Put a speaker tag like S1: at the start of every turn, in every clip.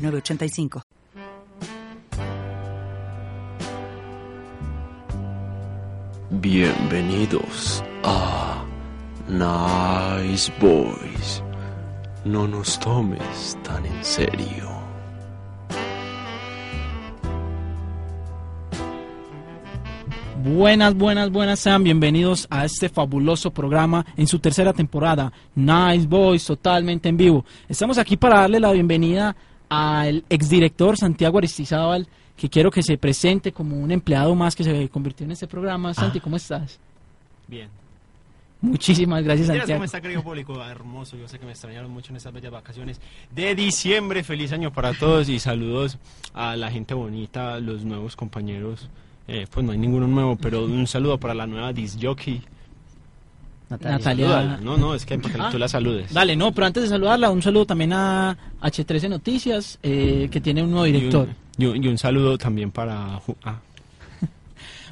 S1: 985.
S2: Bienvenidos a Nice Boys. No nos tomes tan en serio.
S3: Buenas, buenas, buenas, sean bienvenidos a este fabuloso programa en su tercera temporada, Nice Boys, totalmente en vivo. Estamos aquí para darle la bienvenida al exdirector Santiago Aristizábal, que quiero que se presente como un empleado más que se convirtió en este programa. Santi, ¿cómo estás?
S4: Bien.
S3: Muchísimas gracias,
S4: Mira
S3: Santiago.
S4: ¿Cómo está, querido público? Ah, Hermoso, yo sé que me extrañaron mucho en estas bellas vacaciones de diciembre. Feliz año para todos y saludos a la gente bonita, a los nuevos compañeros. Eh, pues no hay ninguno nuevo, pero un saludo para la nueva disjockey.
S3: Natalia.
S4: Salúdala. No, no, es que para que
S3: Ah.
S4: tú la saludes.
S3: Dale, no, pero antes de saludarla, un saludo también a H13 Noticias, eh, que tiene un nuevo
S4: Y un-
S3: director.
S4: Y un, y un saludo también para, Ju- ah,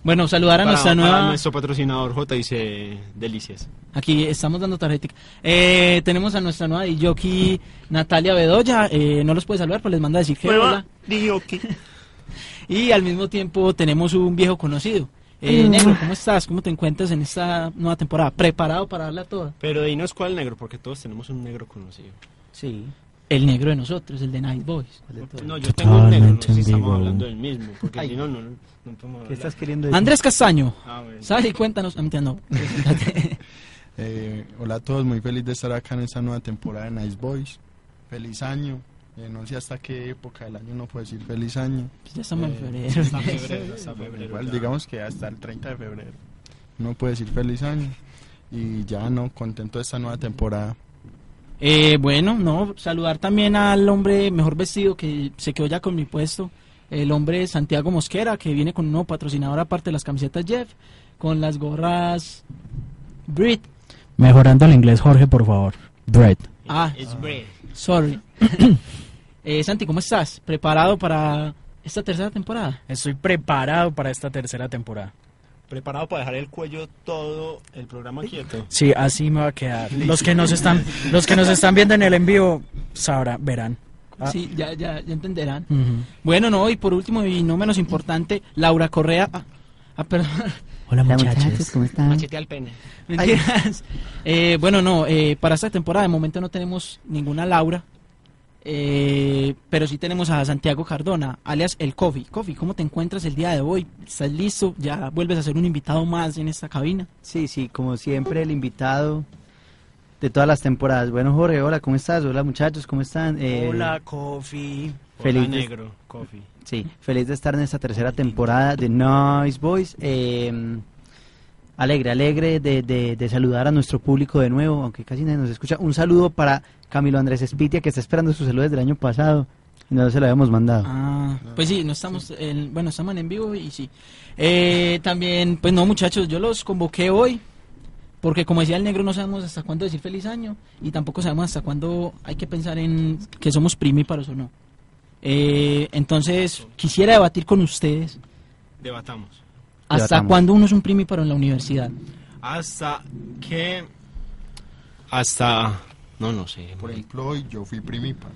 S3: Bueno, saludar a
S4: para-
S3: nuestra
S4: para
S3: nueva...
S4: nuestro patrocinador JIC Delicias.
S3: Aquí estamos dando tarjeta. Eh, tenemos a nuestra nueva jockey Natalia Bedoya. Eh, no los puede saludar, pero les manda a decir que hola. Y al mismo tiempo tenemos un viejo conocido. Eh, Negro, ¿cómo estás? ¿Cómo te encuentras en esta nueva temporada? ¿Preparado para darla toda?
S4: Pero dinos cuál negro, porque todos tenemos un negro conocido.
S3: Sí. El negro de nosotros, el de Night Boys.
S4: No, yo tengo un negro, no sé si
S5: Totalmente en
S4: estamos
S5: vivo.
S4: hablando del mismo, porque si no, no, no, no podemos
S5: ¿Qué
S4: hablar.
S5: estás queriendo decir?
S3: Andrés Castaño,
S4: Ah, bueno.
S3: sal y cuéntanos. Ah, mentira, No, preséntate.
S6: Eh, hola a todos, muy feliz de estar acá en esta nueva temporada de Nice Boys. Feliz año. Eh, no sé hasta qué época del año no puedo decir feliz año.
S3: ya estamos en febrero.
S4: Hasta febrero, hasta febrero,
S6: Igual
S4: ya.
S6: digamos que hasta el 30 de febrero. No puedo decir feliz año. Y ya no, contento de esta nueva temporada.
S3: Eh, bueno, no, saludar también al hombre mejor vestido que se quedó ya con mi puesto, el hombre Santiago Mosquera, que viene con un nuevo patrocinador aparte de las camisetas Jeff, con las gorras Brit.
S5: Mejorando el inglés, Jorge, por favor. Bread.
S3: Ah,
S4: It's bread.
S3: sorry. Eh, Santi, ¿cómo estás? ¿Preparado para esta tercera temporada?
S5: Estoy preparado para esta tercera temporada.
S4: Preparado para dejar el cuello todo el programa quieto.
S5: Sí, así me va a quedar. Los que nos están, los que nos están viendo en el envío sabrán, verán. Ah.
S3: Sí, ya, ya, ya entenderán.
S5: Ujú.
S3: Bueno, no, y por último y no menos importante, Laura Correa. Ah, ah, perdón.
S5: Hola, muchachos.
S7: ¿cómo están?
S4: al pene.
S3: Mentiras. Eh, bueno, no, eh, para esta temporada de momento no tenemos ninguna Laura, eh, pero sí tenemos a Santiago Cardona, alias El Coffee. Coffee, ¿cómo te encuentras el día de hoy? ¿Estás listo? ¿Ya vuelves a ser un invitado más en esta cabina?
S7: Sí, sí, como siempre, el invitado de todas las temporadas. Bueno, Jorge, hola, ¿cómo estás? Hola, muchachos, ¿cómo están? Eh,
S5: Hola, Kofi.
S7: Feliz
S4: Hola,
S7: de-
S4: negro, coffee.
S7: Sí, feliz de estar en esta tercera temporada de Nice Boys. Eh, alegre, alegre de, de- de saludar a nuestro público de nuevo, aunque casi nadie nos escucha. Un saludo para Camilo Andrés Espitia, que está esperando su saludo desde el año pasado. y No se lo habíamos mandado.
S3: Ah, pues sí, no estamos, en- bueno, estamos en vivo y sí. Eh, también, pues no, muchachos, yo los convoqué hoy. Porque como decía el negro, no sabemos hasta cuándo decir feliz año y tampoco sabemos hasta cuándo hay que pensar en que somos primíparos o no. Eh, entonces, quisiera debatir con ustedes
S4: Debatamos.
S3: hasta
S7: Debatamos.
S3: cuándo uno es un primíparo en la universidad.
S4: Hasta que. Hasta. No, no sé.
S6: Por ejemplo, hoy yo fui primipa.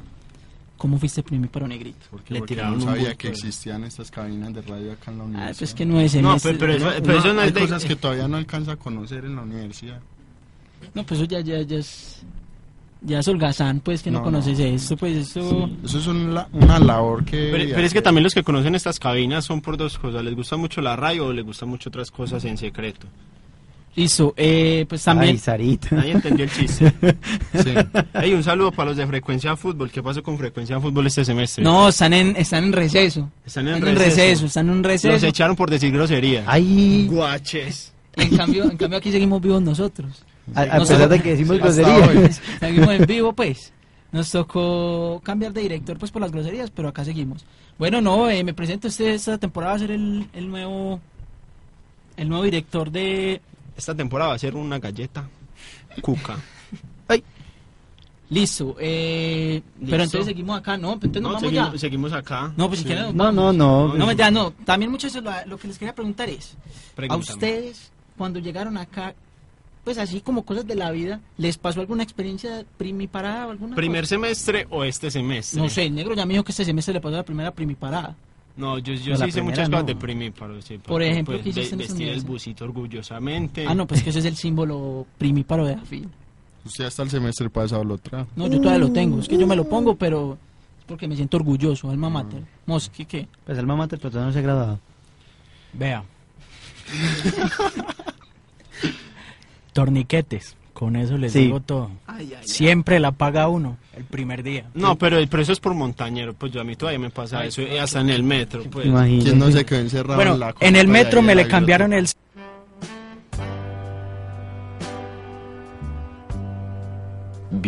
S3: ¿Cómo fuiste primíparo negrito?
S6: Porque,
S4: Le
S6: porque
S4: tiraron
S6: no
S4: un
S6: sabía
S4: bulto.
S6: que existían estas cabinas de radio acá en la
S3: Ah,
S6: universidad.
S3: pues que nueve
S4: No,
S3: semestres.
S4: pero, pero eso, pero
S6: No,
S4: eso no
S6: hay
S4: es de.
S6: cosas que todavía no alcanza a conocer en la universidad.
S3: No, pues eso ya, ya, ya es... Ya es holgazán, pues, que no,
S6: No, no.
S3: conoces esto, pues esto...
S6: Eso es una, una labor que...
S4: Pero, pero es que también los que conocen estas cabinas son por dos cosas. Les gusta mucho la radio o les gusta mucho otras cosas en secreto.
S3: Listo, eh, pues también...
S7: Ay, Sarita.
S4: Nadie entendió el chiste.
S6: Sí.
S4: Ey, un saludo para los de Frecuencia Fútbol. ¿Qué pasó con Frecuencia Fútbol este semestre?
S3: No, están en, están en receso.
S4: Están en
S3: Están
S4: receso.
S3: están en un
S4: Los
S3: receso.
S4: echaron por decir grosería.
S7: Ay,
S4: Guaches.
S3: En cambio, en cambio aquí seguimos vivos nosotros.
S7: a, a
S3: No sé.
S7: pesar de que decimos
S6: Hasta
S7: groserías.
S6: hoy.
S3: Seguimos en vivo, pues. Nos tocó cambiar de director pues por las groserías, pero acá seguimos. Bueno, no, eh, me presento, este, esta temporada va a ser el, el nuevo el nuevo director de
S4: Esta temporada va a ser una galleta cuca.
S3: Listo, eh, pero
S4: Listo.
S3: entonces seguimos acá, no, pues entonces nos
S4: No,
S3: vamos
S4: seguimos,
S3: ya.
S4: seguimos acá.
S3: No, pues si
S4: Sí.
S3: quieren nos
S7: No,
S3: vamos.
S7: no, no.
S3: No, mentira, no. También muchachos, lo, lo que les quería preguntar es, ¿a
S4: Pregúntame.
S3: ustedes cuando llegaron acá, pues así como cosas de la vida, les pasó alguna experiencia primiparada o alguna
S4: ¿Primer
S3: cosa?
S4: semestre o este semestre?
S3: No sé, el negro ya me dijo que este semestre le pasó la primera primiparada.
S4: No, yo, yo
S7: No,
S4: sí
S7: la
S4: hice
S7: primera
S4: muchas
S7: no.
S4: cosas de primíparo. sí,
S3: Por
S4: porque,
S3: ejemplo,
S4: pues,
S3: ¿qué hiciste
S4: ve-
S3: en esa
S4: Vestir el
S3: universidad?
S4: busito orgullosamente.
S3: Ah, no, pues que ese es el símbolo primíparo de AFI.
S6: Usted hasta Pues el semestre pasado lo trajo.
S3: No, yo todavía lo tengo, es que yo me lo pongo, pero es porque me siento orgulloso, alma
S4: Mm.
S3: mater. Mosqui, ¿qué?
S7: Pues el mamá pero todavía no se ha graduado.
S5: Vea. Torniquetes. Con eso les
S7: Sí.
S5: digo todo. Siempre la paga uno el primer día.
S4: No, pero, pero eso es por montañero. Pues yo a mí todavía me pasa eso. y hasta en el metro, pues.
S7: Imagínate.
S6: ¿Quién no se quedó encerrado en
S5: Bueno,
S6: la
S5: en el
S6: copa y
S5: metro
S6: ahí
S5: me
S6: en
S5: le
S6: la
S5: cambiaron el...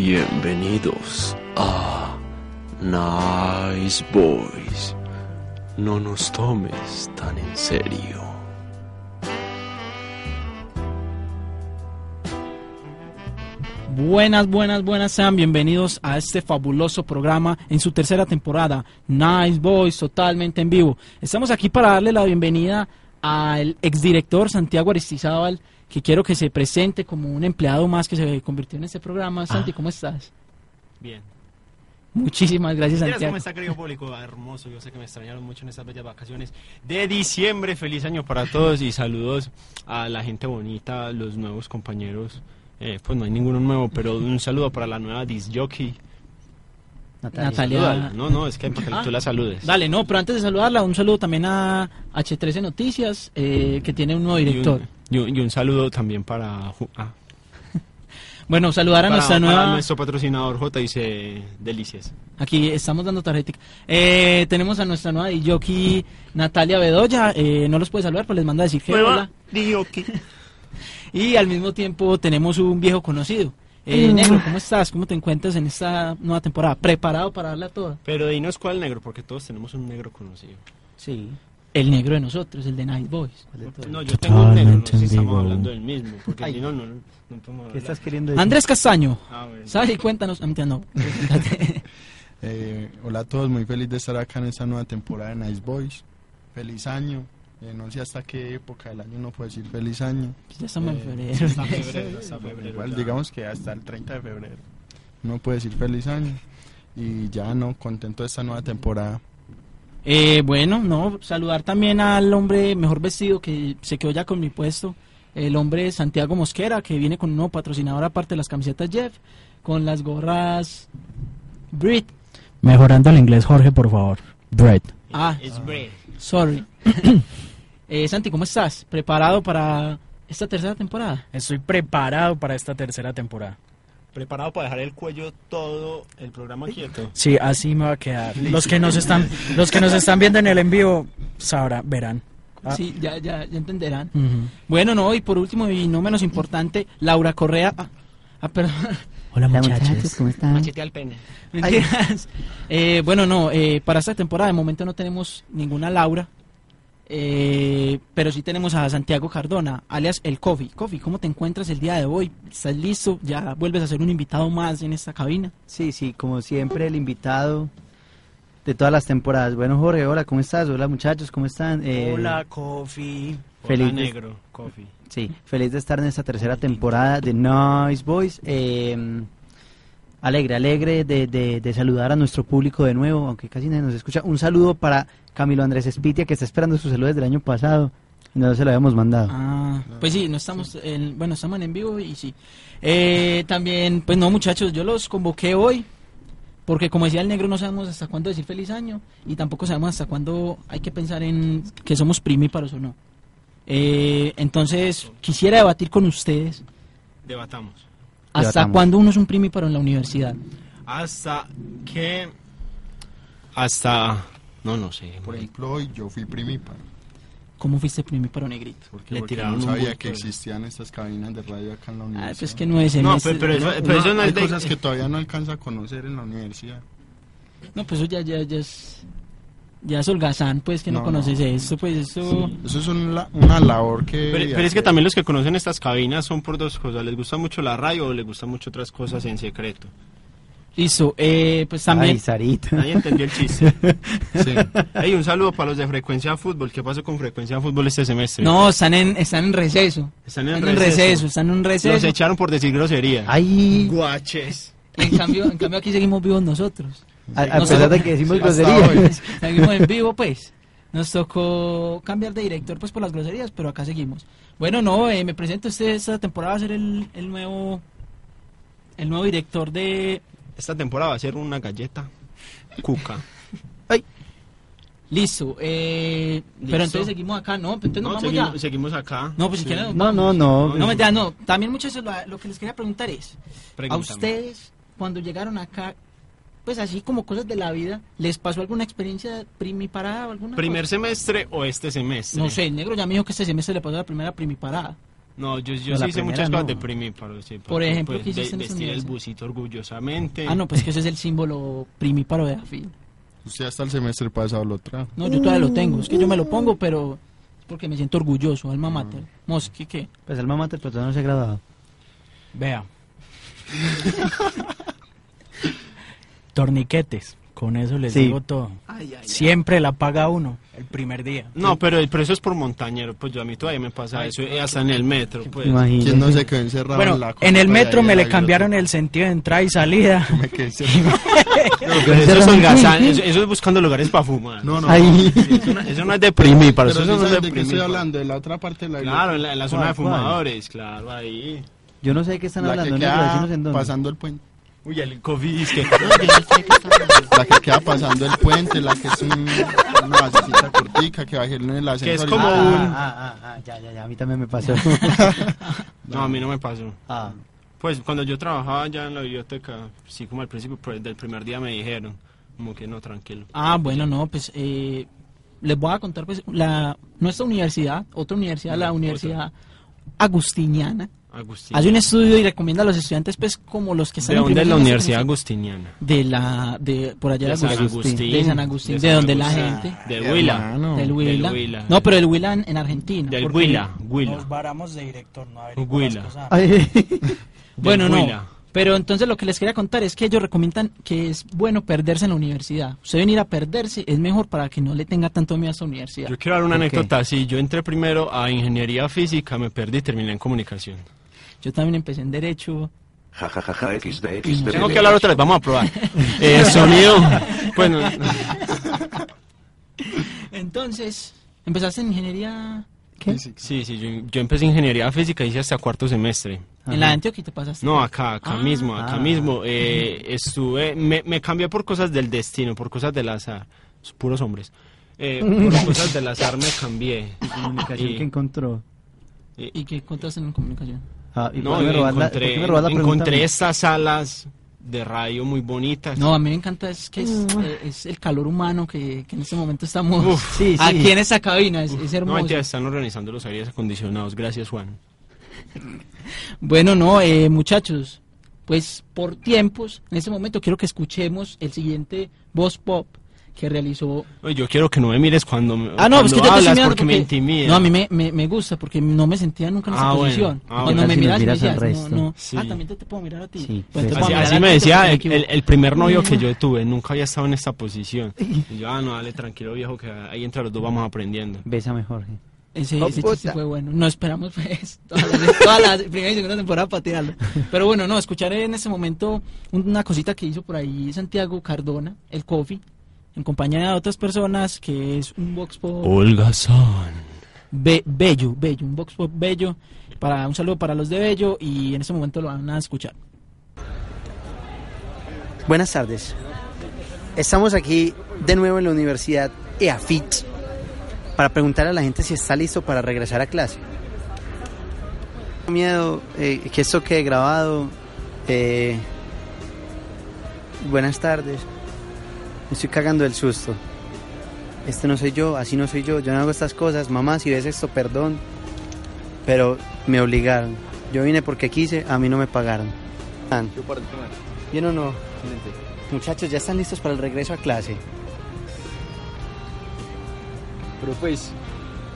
S2: Bienvenidos a Nice Boys. No nos tomes tan en serio.
S3: Buenas, buenas, buenas, sean bienvenidos a este fabuloso programa en su tercera temporada, Nice Boys, totalmente en vivo. Estamos aquí para darle la bienvenida al exdirector Santiago Aristizábal, que quiero que se presente como un empleado más que se convirtió en este programa. Santi, ¿cómo estás?
S4: Bien.
S3: Muchísimas gracias,
S4: Mira
S3: Santiago.
S4: cómo está, querido público. Ah, Hermoso, yo sé que me extrañaron mucho en estas bellas vacaciones de diciembre. Feliz año para todos y saludos a la gente bonita, los nuevos compañeros. Eh, pues no hay ninguno nuevo, pero un saludo para la nueva disjockey.
S7: Natalia.
S3: Natalia.
S4: Salúdala. No, no, es que para que
S3: Ah.
S4: tú la saludes.
S3: Dale, no, pero antes de saludarla, un saludo también a H13 Noticias, eh, que tiene un nuevo
S4: Y un-
S3: director.
S4: Y un, y un saludo también para, Ju- ah,
S3: Bueno, saludar a
S4: para-
S3: nuestra
S4: para
S3: nueva...
S4: nuestro patrocinador JIC Delicias.
S3: Aquí estamos dando tarjeta. Eh, tenemos a nuestra nueva DJ Natalia Bedoya. Eh, no los puede saludar, pero les manda a decir que hola. Y al mismo tiempo tenemos un viejo conocido. Eh, Negro, ¿cómo estás? ¿Cómo te encuentras en esta nueva temporada? ¿Preparado para darla toda?
S4: Pero dinos cuál negro, porque todos tenemos un negro conocido.
S7: Sí.
S3: El negro de nosotros, el de Night Boys.
S7: ¿cuál de todos?
S4: No, yo
S3: Ah,
S4: tengo un negro, no sé
S5: Totalmente
S4: si
S5: en vivo.
S4: estamos hablando del mismo, porque
S7: Ay.
S4: si no, no, no podemos
S7: ¿Qué estás
S4: hablar.
S7: queriendo decir?
S3: Andrés Castaño.
S4: Ah, bueno.
S3: ¿Sabes? Y cuéntanos. Ah, mentira, No,
S6: Eh, hola a todos, muy feliz de estar acá en esta nueva temporada de Nice Boys. Feliz año. Eh, no sé hasta qué época del año uno puede decir feliz año.
S3: ya estamos en
S6: Eh,
S3: febrero.
S4: Hasta febrero, hasta febrero,
S6: Igual
S4: ya.
S6: digamos que hasta el 30 de febrero. No puede decir feliz año. Y ya no, contento de esta nueva temporada.
S3: Eh, bueno, no, saludar también al hombre mejor vestido que se quedó ya con mi puesto, el hombre Santiago Mosquera, que viene con un nuevo patrocinador aparte de las camisetas Jeff, con las gorras Brit.
S5: Mejorando el inglés, Jorge, por favor. Bread.
S3: Ah,
S4: It's bread.
S3: sorry. Eh, Santi, ¿cómo estás? ¿Preparado para esta tercera temporada?
S5: Estoy preparado para esta tercera temporada.
S4: Preparado para dejar el cuello todo el programa quieto.
S5: Sí, así me va a quedar. Los que nos están, los que nos están viendo en el envío sabrán, verán. Ah.
S3: Sí, ya, ya, ya entenderán. Bueno, no, y por último y no menos importante, Laura Correa. Ah, ah, perdón.
S5: Hola
S7: Hola, muchachos, ¿cómo están?
S4: al pene.
S3: Mentiras. Eh, bueno, no, eh, para esta temporada de momento no tenemos ninguna Laura, eh, pero sí tenemos a Santiago Cardona, alias El Coffee. Coffee, ¿cómo te encuentras el día de hoy? ¿Estás listo? ¿Ya vuelves a ser un invitado más en esta cabina?
S7: Sí, sí, como siempre, el invitado de todas las temporadas. Bueno, Jorge, hola, ¿cómo estás? Hola, muchachos, ¿cómo están? Eh,
S5: Hola, Kofi.
S7: Feliz.
S4: Feliz negro, coffee.
S7: Sí, feliz de estar en esta tercera temporada de Nice Boys. Eh, alegre, alegre de, de- de saludar a nuestro público de nuevo, aunque casi nadie nos escucha. Un saludo para Camilo Andrés Espitia, que está esperando sus saludos del año pasado. y No se lo habíamos mandado.
S3: Ah, pues sí, no estamos, en- bueno, estamos en vivo y sí. Eh, también, pues no, muchachos, yo los convoqué hoy. Porque como decía el negro, no sabemos hasta cuándo decir feliz año y tampoco sabemos hasta cuándo hay que pensar en que somos primíparos o no. Eh, entonces, quisiera debatir con ustedes
S4: Debatamos.
S3: hasta
S7: Debatamos.
S3: cuándo uno es un primíparo en la universidad.
S4: Hasta que... Hasta... No, no sé.
S6: Por ejemplo, hoy yo fui primíparo.
S3: ¿Cómo fuiste primer paro negrito?
S6: ¿Por qué?
S4: Le
S6: Porque
S4: tiraron
S6: no
S4: un
S6: sabía
S4: bulto,
S6: que
S4: eh.
S6: existían estas cabinas de radio acá en la
S3: Ah,
S6: universidad.
S3: pues que nueve
S4: No,
S3: semestres.
S4: pero, pero eso, pero
S6: No,
S4: eso no
S6: hay
S4: es de... eh.
S6: cosas que todavía no alcanza a conocer en la universidad.
S3: No, pues eso ya, ya, ya es... Ya es holgazán, pues, que no,
S6: No,
S3: conoces
S6: no.
S3: esto, pues, eso...
S6: Eso es una, una labor que...
S4: Pero, pero es que también los que conocen estas cabinas son por dos cosas, les gusta mucho la radio o les gusta mucho otras cosas en secreto.
S3: Listo, eh, pues también...
S7: Ay, Sarita.
S4: Nadie entendió el chiste.
S6: Sí.
S4: Ey, un saludo para los de Frecuencia Fútbol. ¿Qué pasó con Frecuencia Fútbol este semestre?
S3: no, están en, están en receso.
S4: están
S3: Están en receso, están en un
S4: Los
S3: receso.
S4: echaron por decir grosería.
S7: Ay,
S4: Guaches.
S3: En cambio, en cambio aquí seguimos vivos nosotros.
S7: a, a
S3: No sé.
S7: pesar de que decimos
S6: Hasta
S7: groserías.
S3: Seguimos en vivo, pues. Nos tocó cambiar de director, pues, por las groserías, pero acá seguimos. Bueno, no, eh, me presento. Este, esta temporada va a ser el, el nuevo... El nuevo director de...
S4: Esta temporada va a ser una galleta cuca.
S3: Listo, eh... Pero
S4: Listo.
S3: entonces seguimos acá, ¿no? Entonces nos
S4: No,
S3: vamos
S4: seguimos,
S3: ya.
S4: seguimos acá.
S3: No, pues si quieren...
S7: No, no, no.
S3: No, mentira, no. También muchachos, lo, lo que les quería preguntar es, a
S4: Pregúntame.
S3: ustedes cuando llegaron acá, pues así como cosas de la vida, ¿les pasó alguna experiencia primiparada o alguna
S4: ¿Primer
S3: cosa?
S4: semestre o este semestre?
S3: No sé, el negro ya me dijo que este semestre le pasó la primera primiparada.
S4: No, yo, yo
S7: No, la
S4: sí hice
S7: primera
S4: muchas cosas
S7: no.
S4: de primíparo. sí,
S3: Por
S4: porque,
S3: ejemplo,
S4: pues,
S3: ¿qué hiciste en
S4: ve-
S3: esa
S4: Vestí el
S3: universidad?
S4: busito orgullosamente.
S3: Ah, no, pues que ese es el símbolo primiparo de AFI.
S6: Usted hasta el semestre pasado lo trajo.
S3: No, yo todavía lo tengo, es que yo me lo pongo, pero es porque me siento orgulloso,
S4: Ah.
S3: alma mater. Mos, ¿qué qué?
S7: Pues el mamá te pero todavía no se ha graduado.
S5: Vea. Torniquetes. Con eso les
S7: Sí.
S5: digo todo. Siempre la paga uno el primer día.
S4: No, pero el precio es por montañero. Pues yo a mí todavía me pasa eso. eh, hasta en el metro, pues.
S6: ¿Quién no
S7: Imagínate.
S6: se quedó encerrado
S5: Bueno,
S6: en la
S5: en el
S6: copa de
S5: metro
S6: ahí
S5: me
S6: de
S5: le
S6: la
S5: cambiaron el
S6: biblioteca?
S5: sentido de entrada y salida.
S6: Yo me quedé encerrado.
S4: Eso es holgazán, eso, eso es buscando lugares para fumar.
S6: No, no.
S7: Ahí.
S4: Eso no- eso no es deprimir, para eso,
S6: Pero sí
S4: eso no es
S6: sabes de qué
S4: deprimir.
S6: estoy
S4: pa.
S6: hablando, de la otra parte de la biblioteca.
S4: Claro, en la, en la zona de
S7: ¿Cuál, cuál?
S4: fumadores, claro, ahí.
S7: Yo no sé de qué están
S6: La que
S7: hablando. negro, decinos en
S6: queda
S7: dónde.
S6: pasando el puente.
S4: Uy, el COVID es que...
S6: La que queda pasando el puente, la que es un- una basecita cortica que va a ir en el ascensor.
S4: es
S6: y-
S4: como
S7: Ah,
S4: un-
S7: ah, ah, ah, ya, ya, ya, a mí también me pasó.
S4: No, a mí no me pasó.
S7: Ah,
S4: Pues cuando yo trabajaba ya en la biblioteca, sí como al principio, pues del primer día me dijeron, como que no, tranquilo.
S3: Ah, bueno, no, pues eh, les voy a contar pues la nuestra universidad, otra universidad, la Universidad Agustiniana,
S4: Agustín.
S3: hace un estudio y recomienda a los estudiantes pues como los que están
S4: ¿De
S3: en
S4: dónde es
S3: primer
S4: la
S3: semestre,
S4: Universidad
S3: no sé,
S4: Agustiniana?
S3: de la de por allá de,
S4: De San
S3: Agustín,
S4: Agustín.
S3: de San Agustín,
S4: De
S3: de,
S4: San
S3: donde la
S4: Agustín.
S3: gente
S4: De Huila.
S6: Hermano.
S3: del Huila.
S4: Del Huila.
S3: No, pero del Huila en, en Argentina.
S4: Del
S3: porque-
S4: Huila, Huila.
S5: Nos varamos de director, no
S4: averiguo las Huila. cosas.
S7: Ay,
S3: Bueno,
S4: Del
S3: no.
S4: Huila.
S3: Pero entonces lo que les quería contar es que ellos recomiendan que es bueno perderse en la universidad. Usted venir a perderse es mejor para que no le tenga tanto miedo a esa universidad.
S4: Yo quiero dar una anécdota. Sí, yo entré primero a ingeniería física, me perdí y terminé en comunicación.
S3: Yo también empecé en derecho,
S8: Jajajaja, XD,
S4: Tengo que hablar otra vez, vamos a probar. Eh, sonido. Bueno,
S3: Entonces, empezaste en ingeniería
S7: ¿qué?
S4: sí, sí, yo, yo empecé ingeniería física y hice hasta cuarto semestre.
S3: en la de Antioquia y te pasaste.
S4: No, acá, acá
S3: Ah.
S4: mismo, acá
S7: Ah.
S4: mismo. eh, estuve, me, me cambié por cosas del destino, por cosas del azar. s- Puros hombres. Eh, por cosas del azar me cambié.
S7: Comunicación
S4: Y-
S7: que encontró.
S4: y-
S3: ¿Y qué encontraste en comunicación?
S7: Ah, ¿y
S4: no,
S7: por qué me robas la- por
S4: encontré,
S7: qué me robas la pregunta?
S4: encontré estas salas de radio muy bonitas.
S3: No, a mí me encanta, es que es, eh, es el calor humano que, que en este momento estamos
S4: Uf.
S7: Sí, sí.
S3: aquí en esta cabina, es, es
S4: No,
S3: hermoso.
S4: mentira, están organizando los aires acondicionados. Gracias, Juan.
S3: bueno, no, eh, muchachos, pues por tiempos, en este momento quiero que escuchemos el siguiente Voz Pop que realizó...
S4: Oye, Yo quiero que no me mires cuando, me-
S3: Ah, no,
S4: cuando
S3: es que yo te estoy
S4: Eh, hablas
S3: mirando
S4: porque, me intimida.
S3: No, a mí me, me, me gusta porque no me sentía nunca en esa
S4: Ah, bueno,
S3: posición.
S4: ah,
S3: Cuando
S7: bueno.
S3: me
S7: Casi nos
S3: miras, me
S7: miras al
S3: decías, no,
S7: resto.
S3: no.
S4: Sí.
S3: Ah, también te, te puedo mirar a ti.
S7: Sí,
S3: Pues,
S7: sí,
S3: te
S7: sí.
S3: puedo
S4: Así,
S3: mirar
S4: así
S3: a
S4: me
S3: ti,
S4: decía
S3: pero
S4: el,
S3: me
S4: el- el primer novio que yo tuve, nunca había estado en esta posición. Y yo, ah, no, dale, tranquilo viejo, que ahí entre los dos vamos aprendiendo.
S7: Bésame, Jorge.
S3: Ese,
S7: Oh,
S3: ese
S7: puta.
S3: chiste fue bueno. No esperamos pues, toda, la, toda la primera y segunda temporada para tirarlo. Pero bueno, no, escucharé en ese momento una cosita que hizo por ahí Santiago Cardona, el Coffee, en compañía de otras personas, que es un box pop
S4: Oh. Holgazán.
S3: be- bello, bello, un box pop bello. Para, un saludo para los de Bello y en ese momento lo van a escuchar.
S9: Buenas tardes. Estamos aquí de nuevo en la Universidad
S7: E
S9: EAFIT para preguntar a la gente si está listo para regresar a clase. Tengo Miedo eh, que esto quede grabado. eh, buenas tardes. Me estoy cagando del susto.
S7: este no soy yo, así no soy yo, yo no hago estas cosas, mamá, si ves esto, perdón. Pero me obligaron. Yo vine porque quise, a mí no me pagaron. Tan. ¿Bien o no? Muchachos, ¿ya están listos para el regreso a clase?
S4: Pero pues,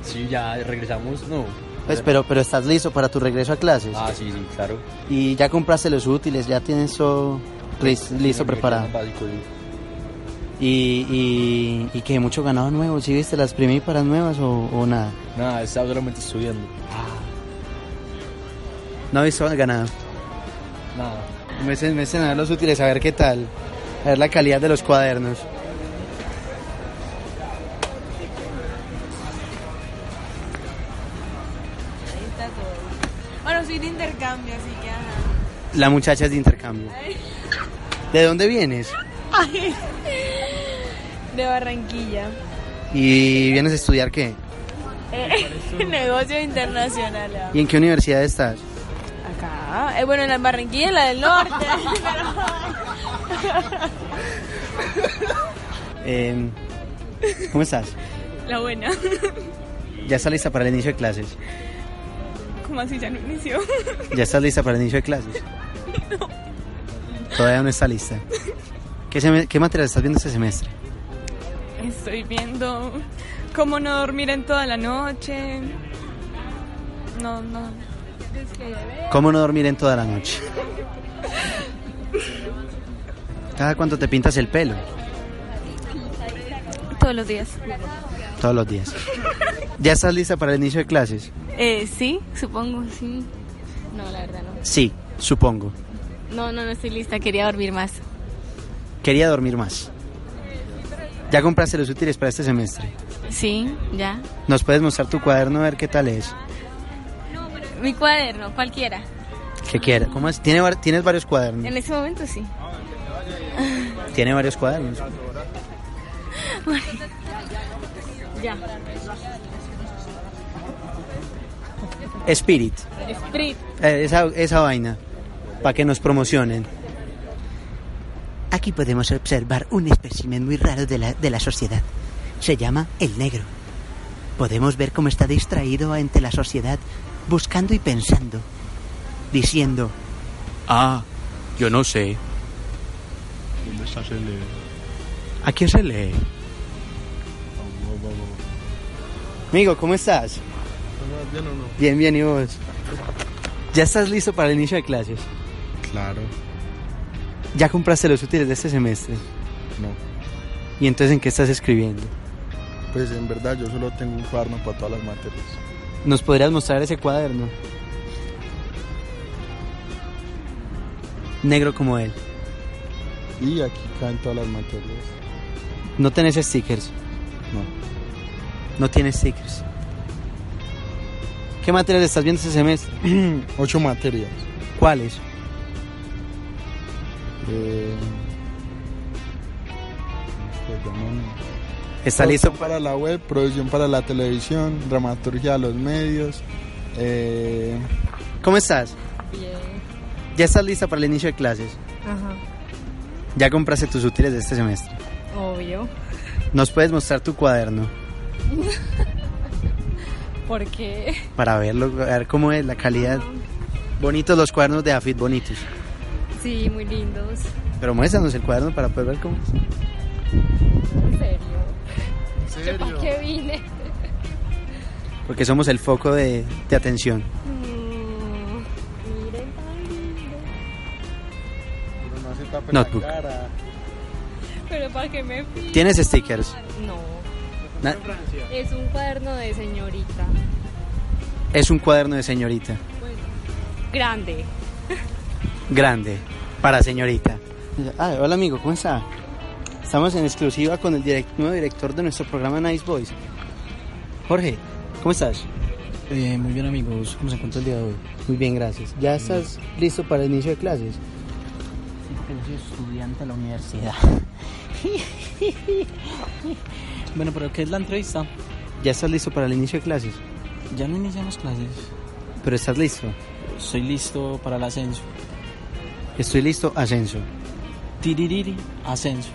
S4: sí, ya regresamos, no.
S7: Pues, pero, pero estás listo para tu regreso a clases.
S4: Ah, sí, sí, claro.
S7: Y ya compraste los útiles, ya tienes todo lis- listo, preparado.
S4: Básico, sí.
S7: Y, y, y que mucho ganado nuevo, ¿sí viste las primíparas nuevas o, o nada?
S4: Nada, estaba solamente estudiando.
S7: No he visto ganado.
S4: Nada.
S7: Me hacen me hacen a ver los útiles, a ver qué tal, a ver la calidad de los cuadernos.
S10: Ahí está todo. Bueno, soy de intercambio, así que ajá.
S7: La muchacha es de intercambio. ¿De dónde vienes?
S10: Ay. De Barranquilla.
S7: ¿Y vienes a estudiar qué?
S10: Eh, negocios internacionales.
S7: ¿Y en qué universidad estás?
S10: Acá. Eh, bueno, en la Barranquilla, la del norte.
S7: Eh, ¿Cómo estás?
S10: pero- La buena.
S7: ¿Ya estás lista para el inicio de clases?
S10: ¿Cómo así ya no inició?
S7: ¿Ya estás lista para el inicio de clases? Todavía no está lista. ¿Qué, seme- qué material estás viendo este semestre?
S10: Estoy viendo cómo no dormir en toda la noche. No, no.
S7: ¿Cómo no dormir en toda la noche? ¿Cada cuánto te pintas el pelo?
S10: Todos los días.
S7: Todos los días. ¿Ya estás lista para el inicio de clases?
S10: Eh, sí, supongo, sí. No, la verdad no.
S7: Sí, supongo.
S10: No, no, no estoy lista, quería dormir más.
S7: Quería dormir más. ¿Ya compraste los útiles para este semestre?
S10: Sí, ya.
S7: ¿Nos puedes mostrar tu cuaderno a ver qué tal es?
S10: Mi cuaderno, cualquiera.
S7: ¿Qué quieres? ¿Cómo es? ¿Tiene, var- tienes varios cuadernos.
S10: En ese momento sí.
S7: Tiene varios cuadernos.
S10: Ya.
S7: Spirit,
S10: Sprit.
S7: eh, esa, esa vaina, para que nos promocionen. Aquí podemos observar un espécimen muy raro de la, de la sociedad. Se llama el negro. Podemos ver cómo está distraído ante la sociedad, buscando y pensando, diciendo,
S4: Ah, yo no sé.
S6: ¿Dónde estás el eh,
S7: ¿a quién se lee?
S6: vamos, vamos?
S7: Amigo, ¿cómo estás?
S6: ¿Cómo vas, ¿Bien o no?
S7: Bien, bien, ¿y vos? ¿Ya estás listo para el inicio de clases?
S6: Claro,
S7: ¿Ya compraste los útiles de este semestre?
S6: no.
S7: ¿Y entonces en qué estás escribiendo?
S6: Pues en verdad yo solo tengo un cuaderno para todas las materias.
S7: ¿Nos podrías mostrar ese cuaderno? Negro como él.
S6: Y aquí caen todas las materias.
S7: No tenés stickers.
S6: No.
S7: No tienes stickers. ¿Qué materias estás viendo este semestre?
S6: Ocho materias.
S7: ¿Cuáles?
S6: Eh, pues, llaman-
S7: ¿Está
S6: Producción
S7: listo?
S6: para la web, producción para la televisión, dramaturgia a los medios. eh,
S7: ¿Cómo estás? ¿Ya estás lista para el inicio de clases?
S10: Ajá.
S7: ¿Ya compraste tus útiles de este semestre?
S10: Obvio.
S7: ¿Nos puedes mostrar tu cuaderno
S10: Porque.
S7: para verlo, a ver cómo es la calidad? Bonitos los cuadernos de AFIT, bonitos.
S10: Sí, muy lindos.
S7: Pero muéstranos el cuaderno para poder ver cómo es.
S10: En serio. ¿Para qué vine?
S7: Porque somos el foco de, de atención.
S10: Mm, Miren tan lindo.
S6: pero no se tape
S7: Notebook.
S6: la cara.
S10: Pero para qué me fui.
S7: ¿Tienes stickers?
S10: No.
S7: Na-
S10: Es un cuaderno de señorita.
S7: es un cuaderno de señorita.
S10: Grande.
S7: Grande. Para señorita. Ah, hola amigo, ¿cómo está? Estamos en exclusiva con el direct- nuevo director de nuestro programa Nice Boys. Jorge, ¿cómo estás?
S3: muy bien, amigos. ¿Cómo se encuentra el día de hoy?
S7: Muy bien, gracias. ¿Ya estás listo para el inicio de clases?
S3: soy estudiante de la universidad. bueno, pero ¿qué es la entrevista?
S7: ¿Ya estás listo para el inicio de clases?
S3: Ya no iniciamos clases.
S7: Pero estás listo.
S3: Soy listo para el ascenso.
S7: Estoy listo, ascenso.
S3: Tiririri, ascenso.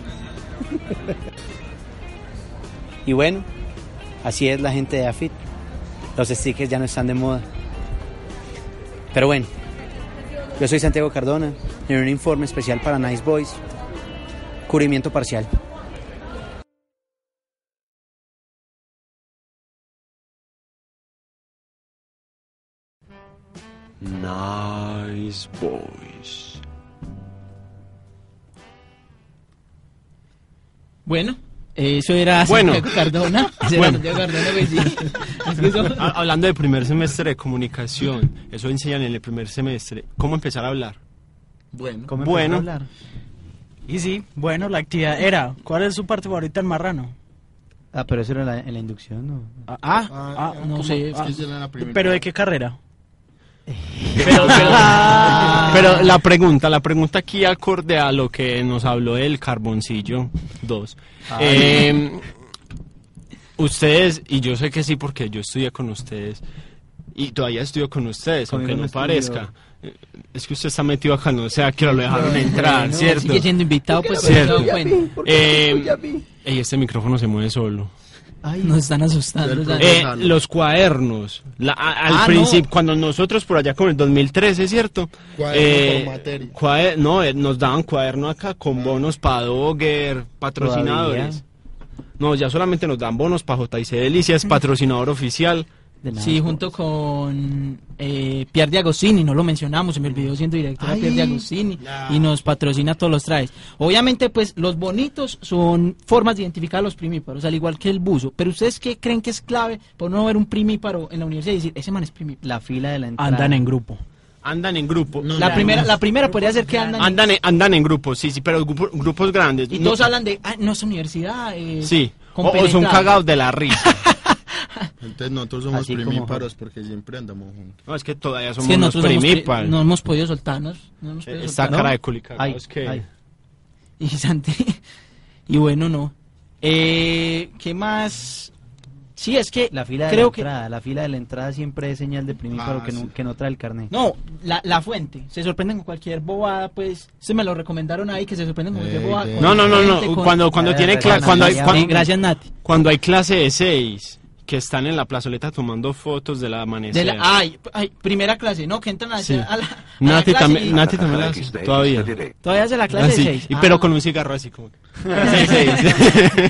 S9: Y bueno, así es la gente de AFIT. Los stickers ya no están de moda. Pero bueno, yo soy Santiago Cardona en un informe especial para Nice Boys. Cubrimiento parcial.
S11: Nice boys.
S3: Bueno, eso era
S4: Bueno.
S3: Santiago Cardona. Eso era
S4: Bueno.
S3: Santiago Cardona, güey, sí. Es que eso-
S4: Ha- Hablando del primer semestre de comunicación, eso enseñan en el primer semestre, cómo empezar a hablar.
S3: Bueno.
S7: ¿Cómo empezar
S4: Bueno.
S7: a hablar?
S5: Y sí, bueno, la actividad era. ¿Cuál es su parte favorita en Marrano?
S7: Ah, pero eso era en la, en la inducción, ¿no?
S5: Ah, ah,
S6: Ah,
S5: ah, no
S6: ¿cómo?
S5: sé.
S6: Es
S5: ah,
S6: que yo era la primera.
S5: ¿Pero de qué carrera?
S4: Pero, pero- pero la pregunta, la pregunta aquí acorde a lo que nos habló el carboncillo 2. Eh, ustedes, y yo sé que sí porque yo estudié con ustedes, y todavía estudio con ustedes,
S7: Conmigo
S4: aunque no
S7: no estudió.
S4: parezca. Eh, Es que usted está metido acá, no sea que lo dejaron entrar, ¿cierto?
S3: Sigue siendo invitado, pues,
S4: Cierto.
S3: pero bueno,
S4: Eh, ey, este micrófono se mueve solo.
S3: nos están asustando. o sea,
S4: Eh, los cuadernos. La- a- al
S3: Ah,
S4: principio, cuando nosotros por allá con el 2013, ¿cierto? Eh,
S6: Cuaderno por materia. Ah.
S4: cuader- no, eh, nos daban cuaderno acá con bonos para Dogger, patrocinadores. No, ya solamente nos dan bonos para JIC Delicias, patrocinador oficial.
S7: De nada.
S3: Sí, junto con eh, Pier Diagostini, no lo mencionamos, se me olvidó siendo directora Pier Diagostini y nos patrocina todos los trajes. Obviamente, pues los bonitos son formas de identificar a los primíparos, al igual que el buzo. Pero ustedes qué creen que es clave por no ver un primíparo en la universidad y decir, ese man es primíparo.
S7: La fila de la entrada.
S5: Andan en grupo.
S4: Andan en grupo.
S3: La primera, la primera podría ser que andan,
S4: Andan en, andan en grupo, sí, sí, pero grupo- grupos grandes.
S3: y
S4: No-
S3: todos hablan de, ah, no es universidad. eh,
S4: Sí, o, o son
S3: compenetrado".
S4: cagados de la risa.
S6: Entonces nosotros somos
S7: Así como
S6: primíparos porque siempre andamos juntos.
S4: No, es que todavía
S3: Es
S4: somos
S3: que
S4: unos Eh,
S3: nosotros hemos pri-
S4: primíparos.
S3: no hemos podido soltarnos. Pues, No hemos podido
S4: Esta
S3: soltarnos.
S4: cara de
S7: Ay,
S4: culicagados que...
S7: ay.
S3: Y Santi. Y bueno, no. Eh, ¿Qué más? Sí, es que
S7: La fila de
S3: creo
S7: la entrada. La fila de la entrada siempre es señal de primíparo
S6: Ah,
S7: que, no,
S6: sí.
S7: que no trae el carnet.
S3: que. No, la, la fuente. Se sorprenden con cualquier bobada, pues. Se me lo recomendaron ahí que se sorprenden con cualquier
S6: Ey,
S3: bobada.
S6: ey.
S3: con
S4: Eh, No, no, no,
S3: gente,
S4: no.
S3: con-
S4: Cuando, cuando
S7: Ya,
S4: tiene
S7: ya,
S4: cla-
S7: ya,
S4: cuando hay,
S7: ya, ya.
S4: cuando,
S3: Sí, gracias, Nati.
S4: cuando hay clase de seis que están en la plazoleta tomando fotos del amanecer.
S3: De la, ah, ay, ay, primera clase, no, que entran a,
S4: Sí.
S3: a la. a la
S4: Nati
S3: clase
S4: también,
S3: y-
S4: Nati también la hace, todavía.
S3: Todavía hace la clase
S4: Ah, sí,
S3: de seis.
S4: y
S3: Ah.
S4: pero con un cigarro así como. que- Sí, sí, sí.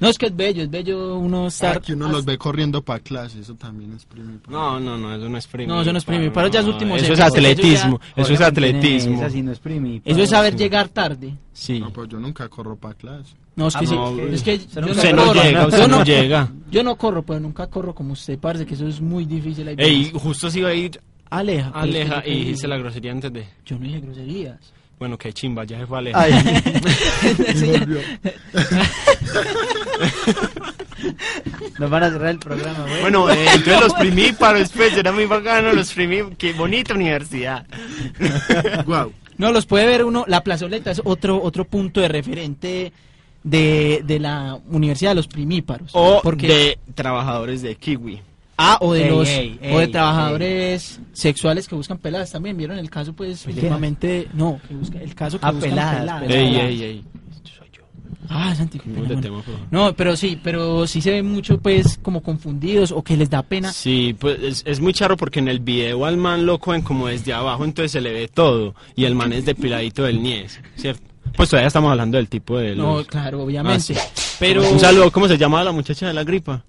S3: No, es que es bello, es bello
S4: Ah,
S3: uno estar.
S6: Aquí Ah, uno los ve corriendo para clase, eso también es primíparo.
S4: No, no, no, eso no es primero.
S3: No, eso no es primi, pero ya es último
S4: Eso es
S3: segundo,
S4: atletismo, eso es
S7: Oiga, mantiene
S4: atletismo.
S7: Esa sí no es primíparo.
S3: Eso es saber llegar tarde.
S4: Sí.
S6: No, pues yo nunca corro para clase.
S3: No, es que
S7: Ah,
S3: sí.
S4: no,
S3: es que yo no
S4: Usted no
S3: corro,
S4: llega,
S3: yo
S4: usted
S3: no-
S4: no llega.
S3: Yo no corro, pero nunca corro como usted, parece que eso es muy difícil. ahí.
S4: Ey, justo se iba a ir
S3: Aleja. pero es que
S4: Aleja
S3: yo
S4: y
S3: te
S4: hice
S3: digo,
S4: la grosería antes de.
S3: Yo no dije groserías.
S4: Bueno, qué chimba, ya se fue Aleja.
S7: Ay,
S3: Sí, ya.
S7: nos van a cerrar el programa, güey.
S4: Bueno, eh, entonces los primíparos, pues, era muy bacano los primíparos. Qué bonita universidad.
S6: Guau.
S3: no, los puede ver uno. La plazoleta es otro, otro punto de referente de, de la Universidad de los Primíparos.
S4: O
S3: porque,
S4: de trabajadores de Kiwi.
S3: ah, o de
S7: Ey,
S3: los
S7: ey,
S3: o de
S7: ey,
S3: trabajadores sexuales que buscan peladas también. ¿Vieron el caso, pues, últimamente? No, que busca- el caso que
S7: Ah,
S3: buscan
S7: peladas,
S3: peladas.
S7: peladas. Ey,
S4: ey. Soy yo.
S3: Ah, Santi, qué pena,
S4: Mudate,
S3: bueno.
S4: por favor.
S3: No, pero sí, pero sí se ve mucho, pues, como confundidos o que les da pena.
S4: Sí, pues es, es muy charro porque en el video al man lo cogen como desde abajo, entonces se le ve todo. Y el man es depiladito del Nies, ¿cierto? Pues todavía estamos hablando del tipo de.
S3: No,
S4: los-
S3: claro, obviamente.
S4: Ah,
S3: Pero.
S4: Un saludo, ¿cómo se llamaba la muchacha de la gripa?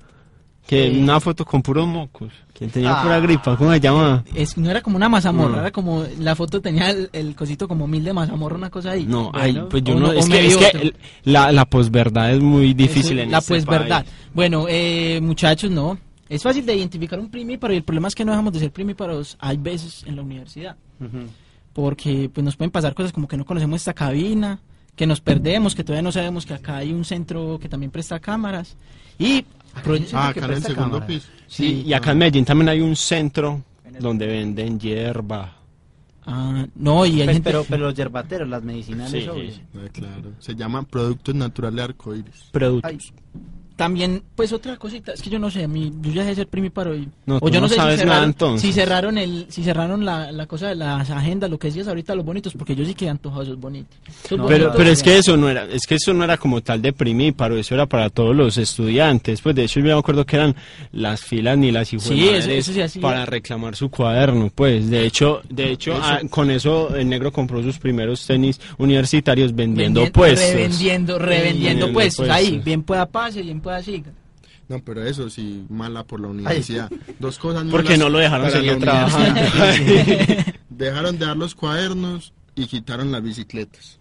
S4: Que una foto con puros mocos. ¿Quién tenía pura gripa? ¿Cómo se llamaba?
S3: Es, no era como una mazamorra,
S4: No.
S3: era como la foto tenía el, el cosito como mil de mazamorra, una cosa ahí.
S4: No, ay,
S3: Bueno,
S4: pues yo
S3: o
S4: no.
S3: o
S4: Es que,
S3: medio
S4: es que
S3: otro.
S4: el- la, la posverdad es muy difícil
S3: Eso,
S4: en
S3: La
S4: este
S3: pues
S4: país.
S3: verdad. Bueno, eh, muchachos, no. Es fácil de identificar un primíparo y el problema es que no dejamos de ser primíparos hay veces en la universidad. Porque pues nos pueden pasar cosas como que no conocemos esta cabina, que nos perdemos, que todavía no sabemos que acá hay un centro que también presta cámaras. Y proyecto
S6: Ah,
S3: que
S6: acá en el
S3: presta
S6: segundo
S3: cámaras.
S6: piso.
S4: Sí, y acá en Medellín también hay un centro donde venden hierba.
S3: Ah, no, y hay
S7: Pues,
S3: gente-
S7: pero, pero los yerbateros, las medicinales,
S4: Sí,
S7: obvio.
S4: sí.
S6: Ah, claro. Se llama Productos Naturales Arcoíris.
S4: Productos.
S7: Ay,
S3: También, pues otra cosita, es que yo no sé, a mí, yo ya sé ser primíparo y...
S4: No,
S3: o
S4: tú
S3: yo
S4: no
S3: sé
S4: sabes nada, entonces.
S3: si cerraron, el, si cerraron la, la cosa de las agendas, lo que decías ahorita, los bonitos, porque yo sí que he antojado esos bonitos. Esos
S4: No, pero,
S3: bonitos-
S4: pero es que eso no era, es que eso no era como tal de primíparo, eso era para todos los estudiantes. Pues de hecho yo me acuerdo que eran las filas ni las hijos
S3: Sí, eso- eso se hacía.
S4: para reclamar su cuaderno, pues. De hecho, de hecho, ah, con eso el negro compró sus primeros tenis universitarios vendiendo
S3: Vendien-
S4: puestos.
S3: Revendiendo, revendiendo
S4: Vendiendo
S3: puestos. Ahí,
S4: puestos.
S3: bien pueda pase, bien pueda siga.
S6: No, pero eso sí, mala por la universidad. Dos cosas
S4: Porque
S6: malas
S4: no lo dejaron
S6: para
S4: seguir
S6: la universidad.
S4: trabajando.
S6: dejaron de dar los cuadernos y quitaron las bicicletas.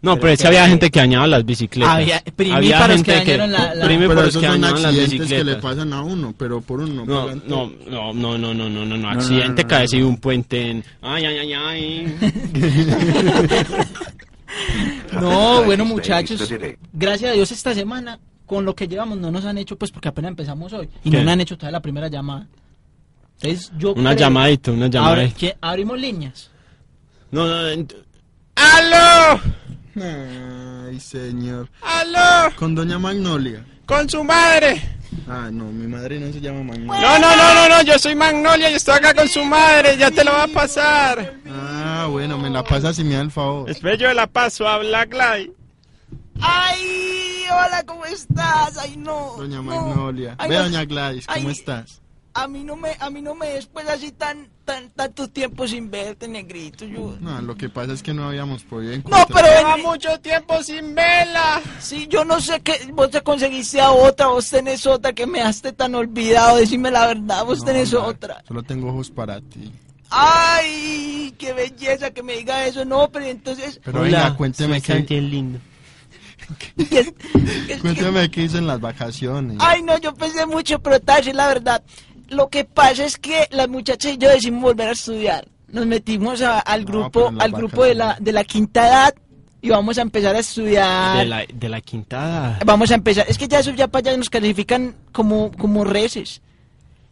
S4: No, pero es que había gente que dañaba las bicicletas.
S6: Había
S3: primíparos que dañaron la- la-
S4: primíparos
S6: Pero esos
S4: que
S6: son
S4: dañaban las
S6: accidentes que le
S4: bicicletas.
S6: pasan a uno, pero por uno no
S4: No,
S6: pagan
S4: no, no, no, no, no, no, no, no,
S6: no, no,
S4: accidente
S6: no,
S4: cae si un puente en... Ay, ay, ay, ay.
S3: No, bueno muchachos, gracias a Dios esta semana, con lo que llevamos, no nos han hecho, pues porque apenas empezamos hoy, y
S4: ¿Qué?
S3: no nos han hecho todavía la primera llamada. Entonces yo
S4: Una
S3: creo-
S4: llamadita, una llamadita.
S3: Abri- ¿qué? abrimos líneas.
S4: No, no, ent- ¡Aló!
S6: Ay, señor.
S4: ¡Aló!
S6: Con doña Magnolia.
S4: ¡Con su madre!
S6: Ah, no, mi madre no se llama Magnolia.
S4: No, no, no, no, no, yo soy Magnolia y estoy acá con su madre, ya te lo va a pasar.
S6: Ah, bueno, me la pasas y me da el favor.
S4: Espera, yo la paso a Black Light.
S12: ¡Ay! Hola, ¿cómo estás? ¡Ay, no!
S6: Doña
S12: no.
S6: Magnolia.
S12: Ay,
S6: Ve,
S12: no.
S6: doña Gladys, ¿cómo
S12: Ay.
S6: estás?
S12: A mí no me, a mí no me después así tan, tan, tanto tiempo sin verte, negrito. Yo...
S6: No, lo que pasa es que no habíamos podido
S12: No,
S6: encontrar.
S12: pero lleva mucho tiempo sin vela. Sí, yo no sé qué, vos te conseguiste a otra, vos tenés otra que me has tan olvidado. Decime la verdad, vos
S6: No,
S12: tenés
S6: no,
S12: otra.
S6: Solo tengo ojos para ti.
S12: Ay, qué belleza que me diga eso, no, pero entonces.
S6: Pero venga, cuénteme qué,
S4: lindo.
S6: cuénteme qué hizo en las vacaciones.
S12: Ay, no, yo pensé mucho, pero tal vez es la verdad. Lo que pasa es que las muchachas y yo decidimos volver a estudiar. Nos metimos a- al grupo,
S4: en la
S12: al grupo de la, de la quinta edad y vamos a empezar a
S3: Ah.
S12: estudiar.
S4: De la, de la quintada.
S12: Vamos a empezar. Es que ya eso ya para allá nos califican como, como reces.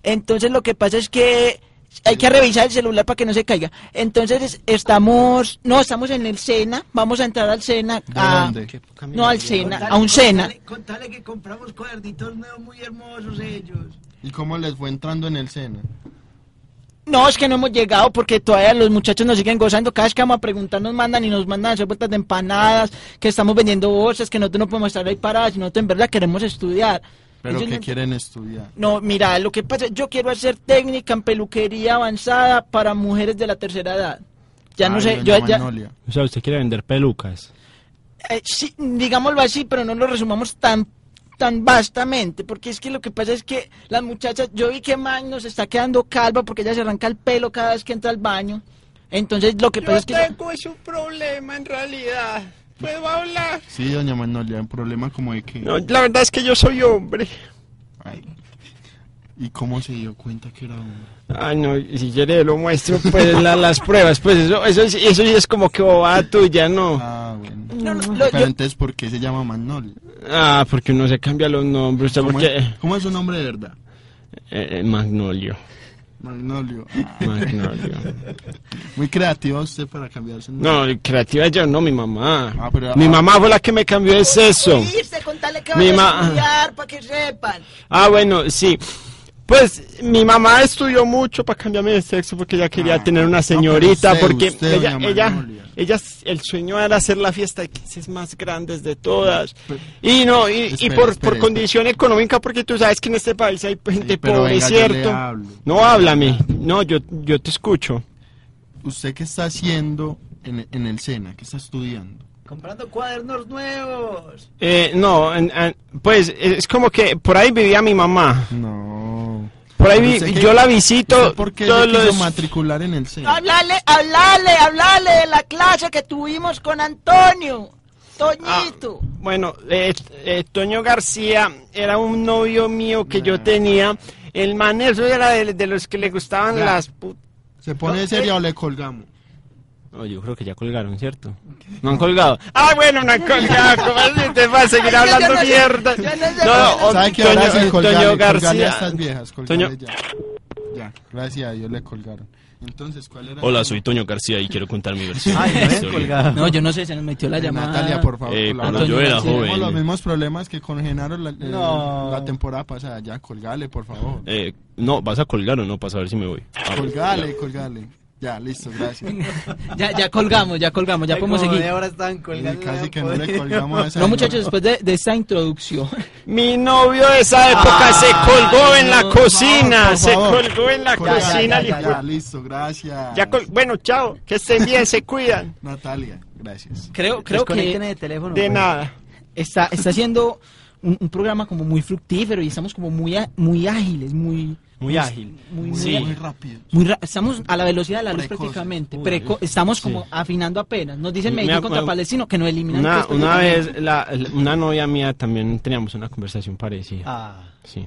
S12: Entonces lo que pasa es que hay que revisar el celular para que no se caiga. Entonces es- estamos, no, estamos en el Sena, vamos a entrar al Sena. a- No, al Sena, a un Sena.
S9: Contale que compramos cuadernitos nuevos muy hermosos ellos.
S6: ¿Y cómo les fue entrando en el seno?
S12: No, es que no hemos llegado porque todavía los muchachos nos siguen gozando. Cada vez que vamos a preguntar nos mandan y nos mandan a hacer vueltas de empanadas, que estamos vendiendo bolsas, que nosotros no podemos estar ahí paradas, y nosotros en verdad queremos estudiar.
S6: Pero
S12: Ellos
S6: que
S12: no-
S6: quieren estudiar.
S12: No, mira, lo que pasa, yo quiero hacer técnica en peluquería avanzada para mujeres de la tercera edad. Ya no
S4: Ay,
S12: sé,
S4: doña
S12: yo ya,
S6: Magnolia.
S4: O sea, usted quiere vender pelucas.
S12: eh, sí, digámoslo así, pero no lo resumamos tan tan vastamente, porque es que lo que pasa es que las muchachas, yo vi que Magno se está quedando calva porque ella se arranca el pelo cada vez que entra al baño. Entonces lo que pasa es que
S11: es un problema en realidad. ¿Puedo hablar?
S6: Sí, doña Magnolia, un problema como de que...
S11: No, la verdad es que yo soy hombre.
S6: Ay. ¿Y cómo se dio cuenta que era hombre?
S11: Ay, no, y si quiere lo muestro, pues la- las pruebas, pues eso, eso, sí- eso sí es como que bobada tuya, ¿no?
S6: Ah, bueno.
S12: No, no, lo-
S6: Pero
S12: yo-
S6: entonces, ¿por qué se llama Magnolia?
S4: Ah, porque uno se cambia los nombres. ¿Usted por
S6: ¿Cómo,
S4: qué?
S6: es, cómo es su nombre de verdad?
S4: Eh, eh, Magnolio.
S6: Magnolio. Ah.
S4: Magnolio.
S6: Muy creativo usted para cambiar su nombre.
S4: No, creativa yo no, mi mamá.
S6: Ah, pero-
S4: mi
S6: ah.
S4: mamá fue la que me cambió el sexo.
S12: irse, contale que
S4: Mi
S12: van a
S4: ma-
S12: estudiar para que sepan.
S11: Ah, bueno, sí. Pues mi mamá estudió mucho para cambiarme de sexo porque ella quería
S6: Ah,
S11: tener una
S6: no, pero
S11: señorita,
S6: usted,
S11: porque
S6: usted,
S11: ella,
S6: doña
S11: ella,
S6: Magnolia.
S11: ella, el sueño era hacer la fiesta de 15 más grandes de todas. Y no, y, y
S6: Pues, Espere,
S11: por,
S6: espere,
S11: por
S6: espere.
S11: condición económica, porque tú sabes que en este país hay gente
S6: pero
S11: pobre,
S6: venga, yo le
S11: ¿cierto?
S6: hablo.
S11: No, háblame. No, yo, yo te escucho.
S6: ¿Usted qué está haciendo en, en el SENA? ¿Qué está estudiando?
S9: Comprando cuadernos nuevos.
S11: Eh, no, en- en- pues es como que por ahí vivía mi mamá.
S6: No.
S11: Por ahí
S6: Pero
S11: vi-
S6: usted qué-
S11: yo la visito
S6: ¿Usted ¿Por qué
S11: todos
S6: se quiso
S11: los-
S6: matricular en el SENA?
S12: Hablale, hablale, hablale de la clase que tuvimos con Antonio. Toñito.
S11: Bueno, eh, eh, Toño García era un novio mío que
S13: Mm.
S11: yo tenía. El man eso era de, de los que le gustaban
S6: Ya.
S11: las put...
S6: ¿Se pone
S11: No, eh.
S6: seria o le colgamos?
S4: No, yo creo que ya colgaron, ¿cierto? No han colgado.
S11: Ah, bueno, no, con- ya, ¿cómo así te vas a seguir
S12: Ay, yo- yo
S11: hablando
S12: no sé,
S11: mierda?
S12: yo no sé,
S11: No,
S12: yo no
S11: o-
S6: ¿Sabe qué
S11: Oh, Toño,
S6: ahora sí?
S11: Toño
S6: Colgale, colgale a
S11: García.
S6: estas viejas, colgale
S11: Toño,
S6: ya. Ya, gracias a Dios le colgaron. Entonces, ¿cuál era?
S13: Hola, soy Toño García y quiero contar mi versión.
S6: Ay,
S13: de
S6: no
S13: la
S6: me
S13: historia.
S6: colgaron.
S3: No, yo no sé, se nos metió la llamada.
S6: Natalia, por favor.
S13: Eh,
S6: colabora.
S13: cuando yo era
S6: Tenemos
S13: joven.
S6: los mismos problemas que con Genaro la, eh,
S13: No.
S6: la temporada pasada. Ya, colgale, por favor.
S13: Eh, no, ¿vas a colgar o no? Para saber si me voy. Ah,
S6: Colgale, colgale. Ya, listo, gracias.
S3: Ya, ya colgamos, ya colgamos, ya
S6: Ay,
S3: podemos
S6: como
S3: seguir.
S6: de ahora están colgando, Y casi no que no le podemos. colgamos a esa
S3: No,
S6: señora.
S3: muchachos, después de, de esta introducción.
S11: Mi novio de esa época
S6: Ah,
S11: se colgó en la cocina, se colgó en la
S6: Colgale,
S11: cocina.
S6: Ya,
S11: el
S6: ya,
S11: hijo-
S6: ya, listo, gracias.
S11: Ya col- bueno, chao, que estén bien, se cuidan.
S6: Natalia, gracias.
S3: Creo, creo que.
S11: Desconecten el teléfono, De pues. nada.
S3: Está, está haciendo un, un programa como muy fructífero y estamos como muy, a- muy ágiles, muy.
S4: Muy ágil.
S3: Muy, muy,
S4: Sí.
S3: muy
S6: rápido.
S3: estamos a la velocidad de la luz
S4: Precoces.
S3: prácticamente.
S4: Uy,
S3: Preco-
S4: sí.
S3: estamos como afinando apenas. Nos dicen
S4: Me
S3: Medellín
S4: acu-
S3: contra Palestino que nos eliminan.
S4: Una,
S3: antes, pero
S4: una
S3: pues, también-
S4: vez, la- la- una novia mía también teníamos una conversación parecida.
S7: Ah.
S4: Sí.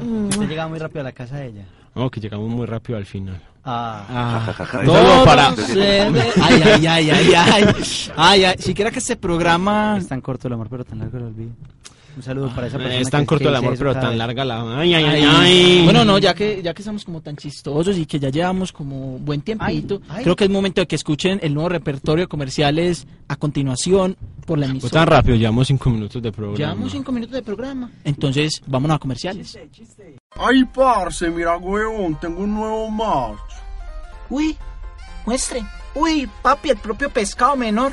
S7: Usted llegaba muy rápido a la casa de ella.
S4: No, que llegamos muy rápido al final.
S7: Ah.
S4: Ah.
S7: Jajaja.
S4: Un saludo
S7: Todo
S4: para...
S7: se
S3: ve- Ay, ay, ay, ay, ay. Ay, ay, siquiera que este programa.
S7: Es tan corto el amor, pero tan largo el olvido. Un saludo para esa
S4: Eh,
S7: persona.
S4: es tan
S7: que-
S4: corto
S7: que
S4: el
S7: dice
S4: amor,
S7: eso
S4: pero
S7: cada
S4: tan
S7: vez.
S4: larga la... Ay, ay, ay, ay.
S3: Bueno, no, ya que ya que estamos como tan chistosos y que ya llevamos como buen tiempito,
S7: Ay, ay.
S3: creo que es momento de que escuchen el nuevo repertorio de comerciales a continuación por la
S4: Fue
S3: emisora.
S4: tan rápido, llevamos cinco minutos de programa.
S3: Llevamos cinco minutos de programa. Entonces, vámonos a comerciales.
S14: Ay, parce, mira, weón, tengo un nuevo match.
S12: Uy, muestre. Uy, papi, el propio pescado menor.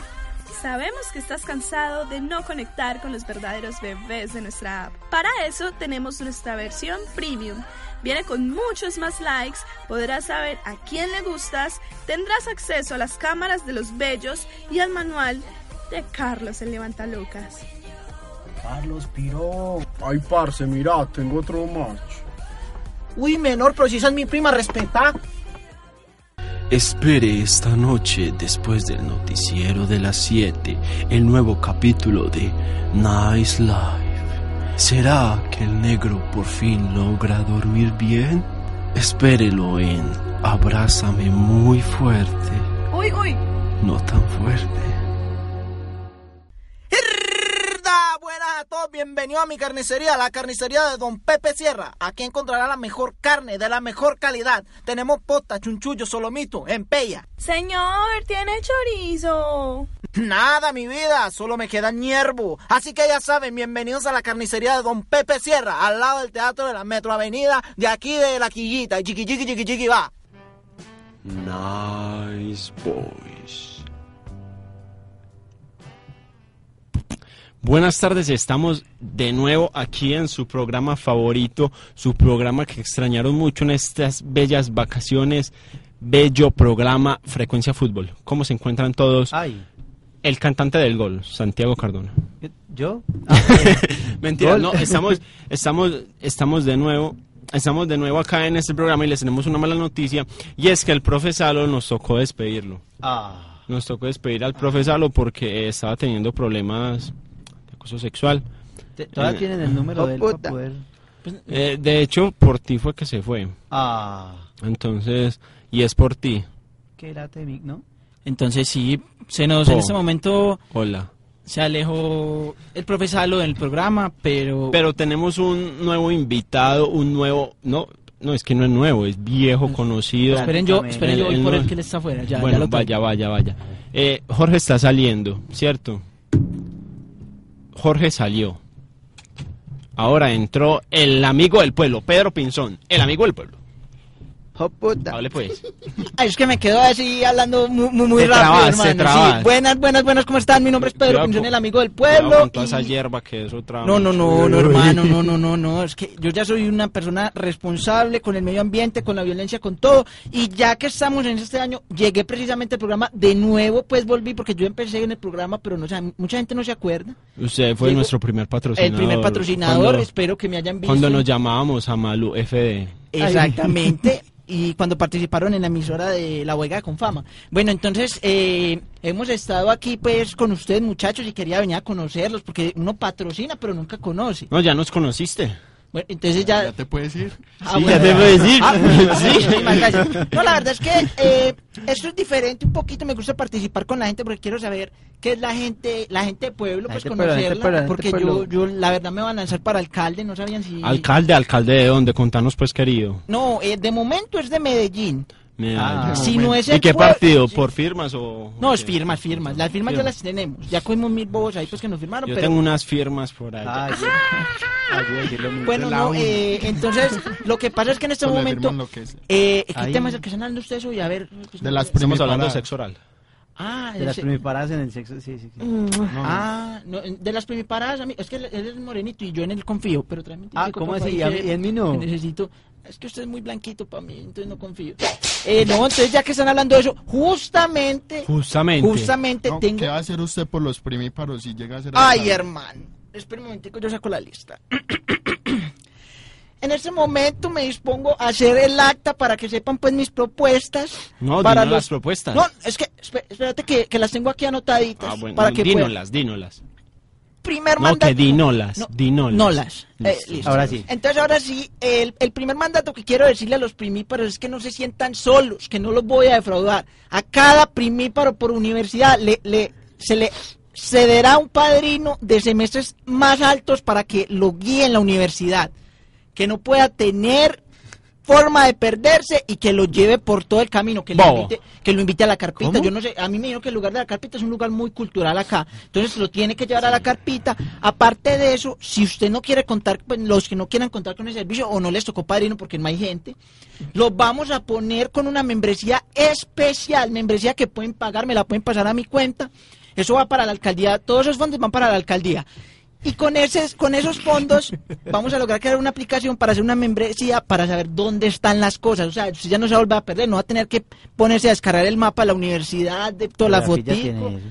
S10: Sabemos que estás cansado de no conectar con los verdaderos bebés de nuestra app. Para eso tenemos nuestra versión premium. Viene con muchos más likes, podrás saber a quién le gustas, tendrás acceso a las cámaras de los bellos y al manual de Carlos el Levantalucas.
S14: Carlos Piro. Ay, parce, mira, tengo otro match.
S12: Uy, menor, pero si esa es mi prima, respetá.
S13: Espere esta noche, después del noticiero de las 7, el nuevo capítulo de Nice Life. ¿Será que el negro por fin logra dormir bien? Espérelo en Abrázame muy fuerte,
S10: Uy, uy,
S13: no tan fuerte.
S12: ¡Mierda! Buenas a todos, bienvenidos a mi carnicería, la carnicería de Don Pepe Sierra. Aquí encontrará la mejor carne de la mejor calidad. Tenemos posta, chunchullo, solomito, empeya.
S10: señor, tiene chorizo.
S12: Nada, mi vida, solo me queda hierbo. Así que ya saben, bienvenidos a la carnicería de Don Pepe Sierra, al lado del Teatro de la Metro Avenida, de aquí de La Quillita. Chiqui, chiqui, chiqui, chiqui, va.
S13: Nice Boys.
S4: Buenas tardes, estamos de nuevo aquí en su programa favorito, su programa que extrañaron mucho en estas bellas vacaciones, bello programa Frecuencia Fútbol. ¿Cómo se encuentran todos?
S7: Ah.
S4: El cantante del gol, Santiago Cardona.
S7: ¿Yo? Ah,
S4: Mentira,
S7: Gol.
S4: no, estamos, estamos, estamos de nuevo. Estamos de nuevo acá en este programa y les tenemos una mala noticia y es que el profe Salo nos tocó despedirlo.
S7: Ah.
S4: Nos tocó despedir al profe Salo porque eh, estaba teniendo problemas de acoso sexual.
S7: Te- Todavía
S4: Eh,
S7: tienen el número
S4: oh,
S7: de él
S4: puta.
S7: para poder.
S3: Pues,
S4: Eh, de hecho, por ti fue que se fue.
S7: Ah.
S4: Entonces, y es por ti.
S7: Qué late, Mick, ¿no?
S3: Entonces, sí, se nos
S6: Oh.
S3: en
S4: Po.
S3: este momento
S4: Hola.
S3: se alejó el profesalo del programa, pero
S4: Pero tenemos un nuevo invitado, un nuevo, no, no es que no es nuevo, es viejo, conocido.
S3: Pues, esperen yo, esperen yo voy por
S4: no-
S3: el que le está afuera, ya,
S4: bueno,
S3: ya lo
S4: vaya, vaya, vaya. Eh, Jorge está saliendo, ¿cierto? Jorge salió. Ahora entró el amigo del pueblo, Pedro Pinzón, el amigo del pueblo. Hable pues.
S12: Ay, es que me quedo así hablando mu- mu- muy,
S4: Te
S12: rápido,
S4: trabas,
S12: hermano.
S4: te trabas.
S12: Sí, Buenas, buenas, buenas, ¿cómo están? Mi nombre es Pedro
S4: Cuidado
S12: Pinzón,
S4: con-
S12: el amigo del
S4: Cuidado
S12: pueblo.
S4: con toda esa hierba que es otra.
S12: No, no, no, no, hermano, no, no, no, no. Es que yo ya soy una persona responsable con el medio ambiente, con la violencia, con todo. Y ya que estamos en este año, llegué precisamente al programa de nuevo, pues volví porque yo empecé en el programa, pero no, o sea, mucha gente no se acuerda.
S4: Usted fue
S12: Llegó-
S4: nuestro primer patrocinador.
S12: El primer patrocinador,
S4: Cuando-
S12: espero que me hayan visto.
S4: Cuando nos llamábamos a Malu FD.
S12: Exactamente. Y cuando participaron en la emisora de La Huelga con Fama. Bueno, entonces eh, hemos estado aquí pues con ustedes muchachos y quería venir a conocerlos porque uno patrocina pero nunca conoce.
S4: No, ya nos conociste.
S12: Bueno, entonces ya...
S6: ¿Ya te puedes ir?
S12: Ah, bueno. Ah,
S6: Sí.
S12: muchísimas gracias. No, la verdad es que eh, esto es diferente un poquito. Me gusta participar con la gente porque quiero saber qué es la gente, la gente de pueblo,
S7: La
S12: pues
S7: gente de pueblo, la gente de
S12: conocerla.
S7: pueblo, la gente
S12: porque
S7: de
S12: yo,
S7: pueblo.
S12: yo, la verdad, me van a lanzar para alcalde. No sabían si.
S4: Alcalde, alcalde de dónde, contanos pues querido.
S12: No, eh, de momento es de Medellín.
S4: Medallo.
S12: si no es
S4: ¿Y
S12: el
S4: qué
S12: pue-
S4: partido? ¿Por firmas o...?
S12: No, es firmas, firmas. Las firmas ya
S4: Firma.
S12: las tenemos. Ya cogimos mil bobos ahí, pues que nos firmaron.
S4: Yo
S12: pero...
S4: tengo unas firmas por ahí.
S12: Bueno, no, eh, entonces lo que pasa es que en este
S4: Solo le
S12: momento.
S4: firman lo que es.
S12: eh, ¿Qué
S7: Ahí.
S12: tema es el que están hablando ustedes hoy? A ver. pues,
S7: De las
S4: Estamos hablando de
S7: primiparadas.
S4: sexo oral.
S12: Ah,
S7: De las
S12: ese-
S7: primiparadas en el sexo, sí, sí. sí.
S12: Ah, no, de las primiparadas, a mí- es que él es morenito y yo en él confío, pero tráeme un
S7: Ah,
S12: tintico,
S7: ¿cómo
S12: por
S7: así?
S12: favor,
S7: ¿Y a
S12: que
S7: mí- y en mí no?
S12: Necesito, es que usted es muy blanquito para mí, entonces no confío. Eh, no, entonces ya que están hablando de eso, justamente,
S4: Justamente.
S12: justamente
S6: No,
S12: tengo...
S6: ¿Qué va a hacer usted por los primíparos si llega a ser...
S12: Ay,
S6: alcalde?
S12: hermano, espera un momentico, yo saco la lista. En este momento me dispongo a hacer el acta para que sepan pues mis propuestas.
S4: No,
S12: para
S4: dinos las propuestas.
S12: No, es que espe- espérate que, que las tengo aquí anotaditas
S4: Ah, bueno,
S12: para que puedan-
S4: dínolas, dínolas.
S12: Primer
S4: No, que
S12: mandato.
S4: dinolas, dinolas.
S12: Nolas. Eh,
S4: Listo.
S12: listo.
S4: Ahora sí.
S12: Entonces, ahora sí, el, el primer mandato que quiero decirle a los primíparos es que no se sientan solos, que no los voy a defraudar. A cada primíparo por universidad le, le, se le cederá un padrino de semestres más altos para que lo guíe en la universidad. Que no pueda tener forma de perderse y que lo lleve por todo el camino, que lo
S4: Bobo.
S12: invite, que lo invite a la carpita.
S4: ¿Cómo?
S12: Yo no sé, a mí me dijeron que el lugar de la carpita es un lugar muy cultural acá, entonces lo tiene que llevar a la carpita. Aparte de eso, si usted no quiere contar, pues, los que no quieran contar con el servicio o no les tocó padrino porque no hay gente, los vamos a poner con una membresía especial, membresía que pueden pagar, me la pueden pasar a mi cuenta. Eso va para la alcaldía, todos esos fondos van para la alcaldía. Y con, ese, con esos fondos vamos a lograr crear una aplicación para hacer una membresía para saber dónde están las cosas. O sea, usted ya no se va a volver a perder, no va a tener que ponerse a descargar el mapa de la universidad, de toda la
S7: Grafilla
S12: fotico.
S7: tiene eso.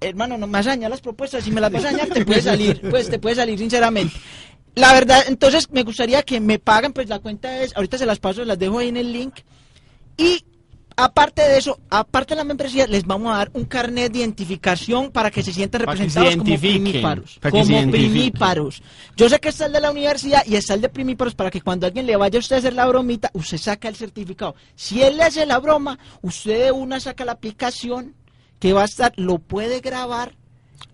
S12: Hermano, no me vas a dañar las propuestas. Si me las vas a dañar, te puede salir. Pues te puede salir, sinceramente. La verdad, entonces me gustaría que me paguen, pues la cuenta es, ahorita se las paso, las dejo ahí en el link. Y aparte de eso, aparte de la membresía, les vamos a dar un carnet de identificación para que se sientan
S4: Para que se
S12: representados como
S4: identifiquen,
S12: primíparos.
S4: para que se
S12: Como
S4: identifiquen.
S12: primíparos. Yo sé que está el de la universidad y está el de primíparos para que cuando alguien le vaya a usted a hacer la bromita, usted saca el certificado. Si él le hace la broma, usted de una saca la aplicación que va a estar, lo puede grabar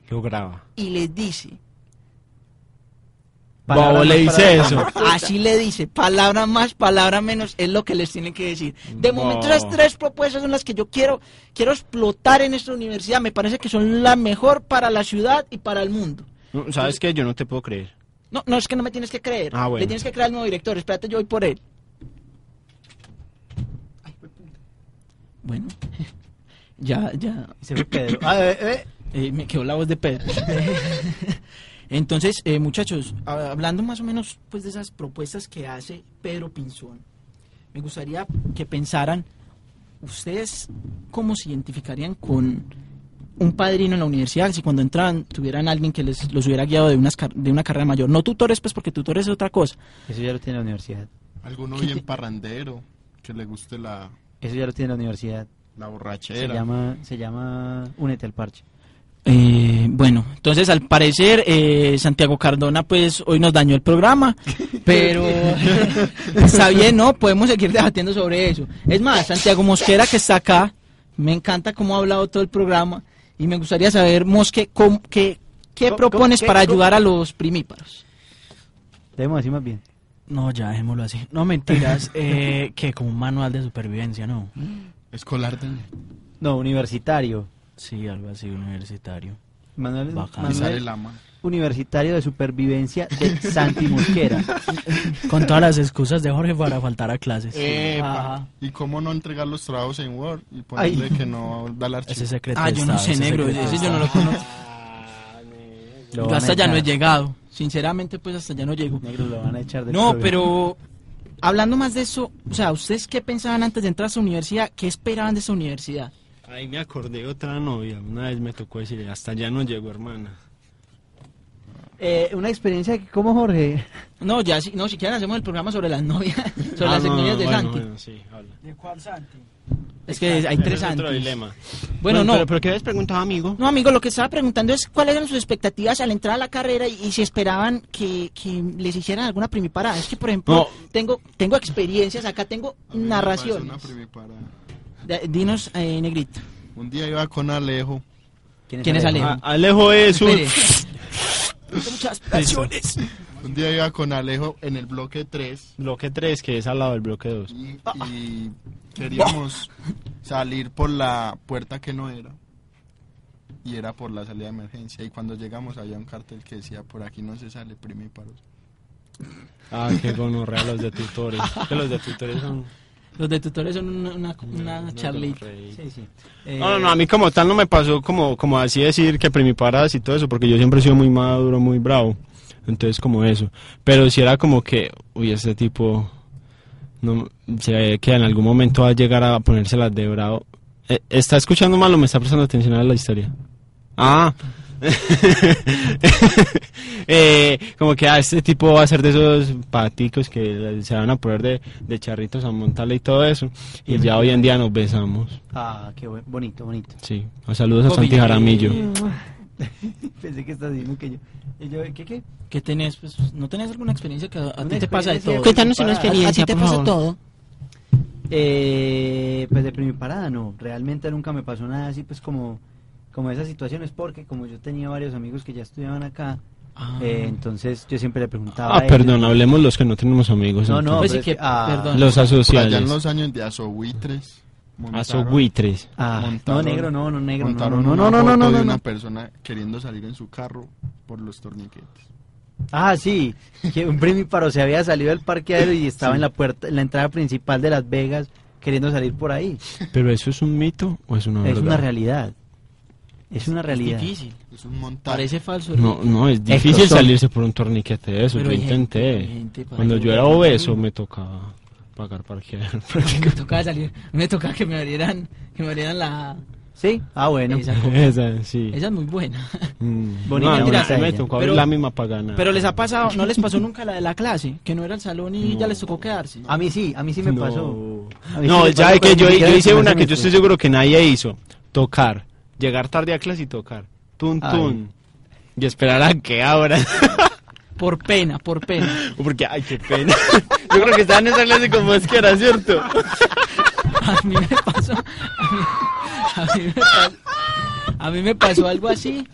S4: Lo graba.
S12: y les dice.
S4: Bobo le dice eso.
S12: Así le dice, palabra más, palabra menos, es lo que les tienen que decir. De
S4: Wow.
S12: momento esas tres propuestas son las que yo quiero, quiero explotar en esta universidad. Me parece que son la mejor para la ciudad y para el mundo.
S4: No, ¿Sabes qué? Yo no te puedo creer.
S12: No, no es que no me tienes que creer.
S4: Ah, bueno.
S12: Le tienes que creer al nuevo director. Espérate, yo voy por él. Bueno, ya, ya.
S7: Se fue Pedro.
S3: Eh, me quedó la voz de Pedro. Entonces, eh, muchachos, a- hablando más o menos pues de esas propuestas que hace Pedro Pinzón, me gustaría que pensaran ustedes cómo se identificarían con un padrino en la universidad, si cuando entraran tuvieran alguien que les los hubiera guiado de unas car- de una carrera mayor, no tutores pues porque tutores es otra cosa.
S7: Eso ya lo tiene la universidad.
S6: Alguno bien parrandero, que le guste la,
S7: Eso ya lo tiene la universidad.
S6: la
S7: Se
S6: borrachera.
S7: llama, se llama Únete al Parche.
S3: Eh, bueno, entonces al parecer eh, Santiago Cardona pues hoy nos dañó el programa, pero está bien, ¿no? Podemos seguir debatiendo sobre eso. Es más, Santiago Mosquera que está acá, me encanta cómo ha hablado todo el programa y me gustaría saber, Mosque, cómo- qué, qué
S7: ¿Cómo-
S3: propones
S7: cómo- qué-
S3: para
S7: cómo?
S3: ayudar a los primíparos?
S7: Debemos decir más bien.
S5: No, ya dejémoslo así. No mentiras, eh, que como un manual de supervivencia, ¿no?
S6: Escolar de...
S11: Ah.
S7: No, universitario.
S5: Sí, algo así, universitario.
S7: Manuel,
S5: Bacán.
S7: Manuel-
S5: Y sale
S7: Universitario de Supervivencia de Santi Mosquera.
S5: Con todas las excusas de Jorge para faltar a clases.
S7: Eh,
S6: Epa. ¿Y cómo no entregar los trabajos en Word y
S5: Ay.
S6: ponerle que no da el archivo?
S5: Ese secreto
S3: Ah, yo no sé, negro, ese yo no lo conozco.
S7: Lo
S3: yo
S7: van
S3: hasta
S7: a
S3: ya no he
S7: echar.
S3: llegado, sinceramente pues hasta ya no llego.
S7: Negro, lo van a echar del
S3: No,
S7: programa.
S3: pero hablando más de eso, o sea, ¿ustedes qué pensaban antes de entrar a su universidad? ¿Qué esperaban de esa universidad?
S4: Ahí me acordé de otra novia. Una vez me tocó decirle, hasta ya no llegó, hermana.
S7: Eh, una experiencia que, como Jorge?
S3: No, ya, si, no, si quieren hacemos el programa sobre las novias, sobre
S4: Ah,
S3: las
S4: no,
S3: novias de
S4: bueno,
S3: Santi.
S4: bueno, sí, habla.
S5: ¿De cuál Santi?
S3: Es que hay tres
S4: Ese es
S3: antes.
S4: otro dilema.
S3: Bueno, no.
S4: Pero, pero ¿qué habías preguntado, amigo?
S12: No, amigo, lo que estaba preguntando es cuáles eran sus expectativas al entrar a la carrera y, y si esperaban que, que les hicieran alguna primiparada. Es que, por ejemplo,
S6: No.
S12: tengo, tengo experiencias, acá tengo narraciones.
S6: Una primipara.
S12: De- Dinos, eh, Negrito.
S6: Un día iba con Alejo.
S12: ¿Quién es Alejo?
S6: Ah,
S4: Alejo es un-
S12: Muchas
S4: pasiones.
S6: Un día iba con Alejo en el bloque 3
S4: Bloque 3, que es al lado del bloque 2.
S6: y, y queríamos salir por la puerta que no era. Y era por la salida de emergencia. Y cuando llegamos había un cartel que decía, por aquí no se sale, primíparos.
S4: Ah, qué gonorrea los de tutores. Que los de tutores son...
S3: Los de tutores son una, una, una charlita. Sí, sí. Eh,
S4: No, no, no, a mí como tal no me pasó como, como así decir que primiparadas y todo eso, porque yo siempre he sido muy maduro, muy bravo. Entonces como eso. Pero si era como que, uy, este tipo no se ve que en algún momento va a llegar a ponérselas de bravo. Eh, ¿Está escuchando mal o me está prestando atención a la historia? Ah. Eh, como que ah, este tipo va a ser de esos paticos que se van a poner de, de charritos a montarle y todo eso. Y ya hoy en día nos besamos.
S7: Ah, qué buen- bonito, bonito.
S4: Sí, a saludos a Santi Jaramillo.
S7: Pensé que estás diciendo que yo. y yo, ¿Qué qué?
S3: ¿Qué tenés? Pues, ¿No tenés alguna experiencia que a, a ti te
S7: experiencia
S3: pasa de
S7: de
S3: todo?
S7: Cuéntanos una
S3: A- a ti
S7: experiencia,
S3: te
S7: por
S3: pasa
S7: favor.
S3: todo?
S7: Eh, pues de primiparada no, realmente nunca me pasó nada así pues como, como esas situaciones porque como yo tenía varios amigos que ya estudiaban acá,
S6: Ah.
S7: eh, entonces yo siempre le preguntaba... a
S4: Ah,
S7: ellos.
S4: perdón, hablemos los que no tenemos amigos.
S7: No, no,
S4: entonces.
S7: pues es que- ah,
S4: Los
S6: Por allá en
S4: asociales.
S6: los años de Azobuitres.
S4: Azobuitres.
S7: Ah,
S6: montaron-
S7: no, negro, no, no, negro, no,
S6: montaron
S7: no, no,
S6: una
S7: no, no,
S6: foto
S7: no,
S6: de
S7: no,
S6: una
S7: no.
S6: persona queriendo salir en su carro por los torniquetes.
S7: Ah, sí, que un primiparo se había salido del parqueadero y estaba en la puerta, en la entrada principal de Las Vegas queriendo salir por ahí.
S4: Pero eso es un mito o es una
S7: es
S4: Mm, verdad?
S7: una realidad, es una realidad.
S3: difícil.
S6: Es un montaje.
S3: Parece falso.
S4: No, no, es
S7: Héctor,
S4: difícil
S7: son-
S4: salirse por un torniquete de eso.
S3: Pero
S4: yo
S3: hay gente-
S4: intenté.
S3: hay gente para
S4: Cuando
S3: que
S4: yo era
S3: lo-
S4: obeso me tocaba pagar parquear.
S3: Me tocaba salir, me tocaba que me abrieran, que me abrieran la...
S7: ¿Sí? Ah, bueno.
S3: Esa, copa.
S4: Esa, sí.
S3: Esa es muy buena.
S4: Mm.
S3: Bonita,
S4: no,
S3: bonita
S4: mentira, me
S3: ella.
S4: tocó
S3: Pero-
S4: la misma pagana.
S3: Pero les ha pasado, no les pasó nunca la de la clase, que no era el salón y ya les tocó quedarse.
S4: Ah.
S7: A mí sí, a mí sí
S3: me
S7: pasó. A mí sí
S4: No,
S7: me
S4: ya
S7: pasó,
S4: de que
S7: pero
S4: yo,
S7: ni siquiera
S4: yo
S7: en
S4: hice
S7: primer
S4: una que yo
S7: semestre.
S4: estoy seguro que nadie hizo. Tocar. Llegar tarde a clase y tocar. Tun,
S3: Ay.
S4: tun. Y esperar a que abra.
S3: Por pena, por pena.
S4: Porque, ay, qué pena. Yo creo que estaban en esa clase con más que era, ¿cierto?
S3: A mí me pasó, a mí me pasó algo así.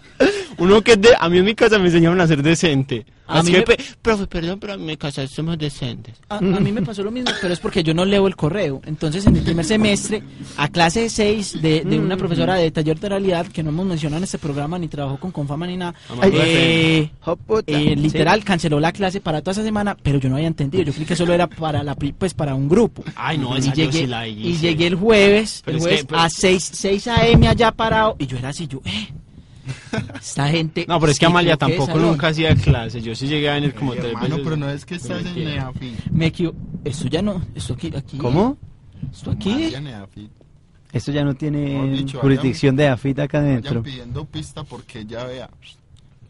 S4: Uno que es de... A mí en mi casa me enseñaron a ser decente.
S3: A mí
S4: Así que,
S3: me-
S4: pe- profe, perdón, pero en mi casa somos decentes.
S3: A, a mí me pasó lo mismo, pero es porque yo no leo el correo. Entonces, en el primer semestre, a clase 6 de, de una profesora de taller de realidad que no hemos mencionado en este programa, ni trabajó con Confama ni nada,
S12: Ay,
S3: eh,
S12: puta.
S3: eh, literal
S12: Sí.
S3: canceló la clase para toda esa semana, pero yo no había entendido. Yo creí que solo era para la pri- pues para un grupo.
S4: Ay, no,
S3: y
S4: esa yo
S3: llegué,
S4: sí la hice.
S3: y llegué el jueves,
S4: Pero
S3: el
S4: es
S3: jueves
S4: que, pero-
S3: a 6, 6 a.m. allá parado, y yo era así, yo, eh, esta gente.
S4: No, pero es
S3: sí
S4: que Amalia
S3: equivoqué de
S4: tampoco
S3: salón.
S4: nunca hacía clase. Yo sí llegué a venir como tres
S6: hermano,
S4: veces.
S6: pero no es que estás en
S4: quiero.
S6: Neafit.
S3: Me equivo- Esto ya no, esto aquí. aquí
S7: ¿Cómo?
S3: Esto aquí.
S6: Allá en Neafit.
S7: Esto ya no tiene
S6: Mejor dicho,
S7: jurisdicción de AFIT acá
S6: Vayan
S7: adentro.
S6: pidiendo pista porque ya vea.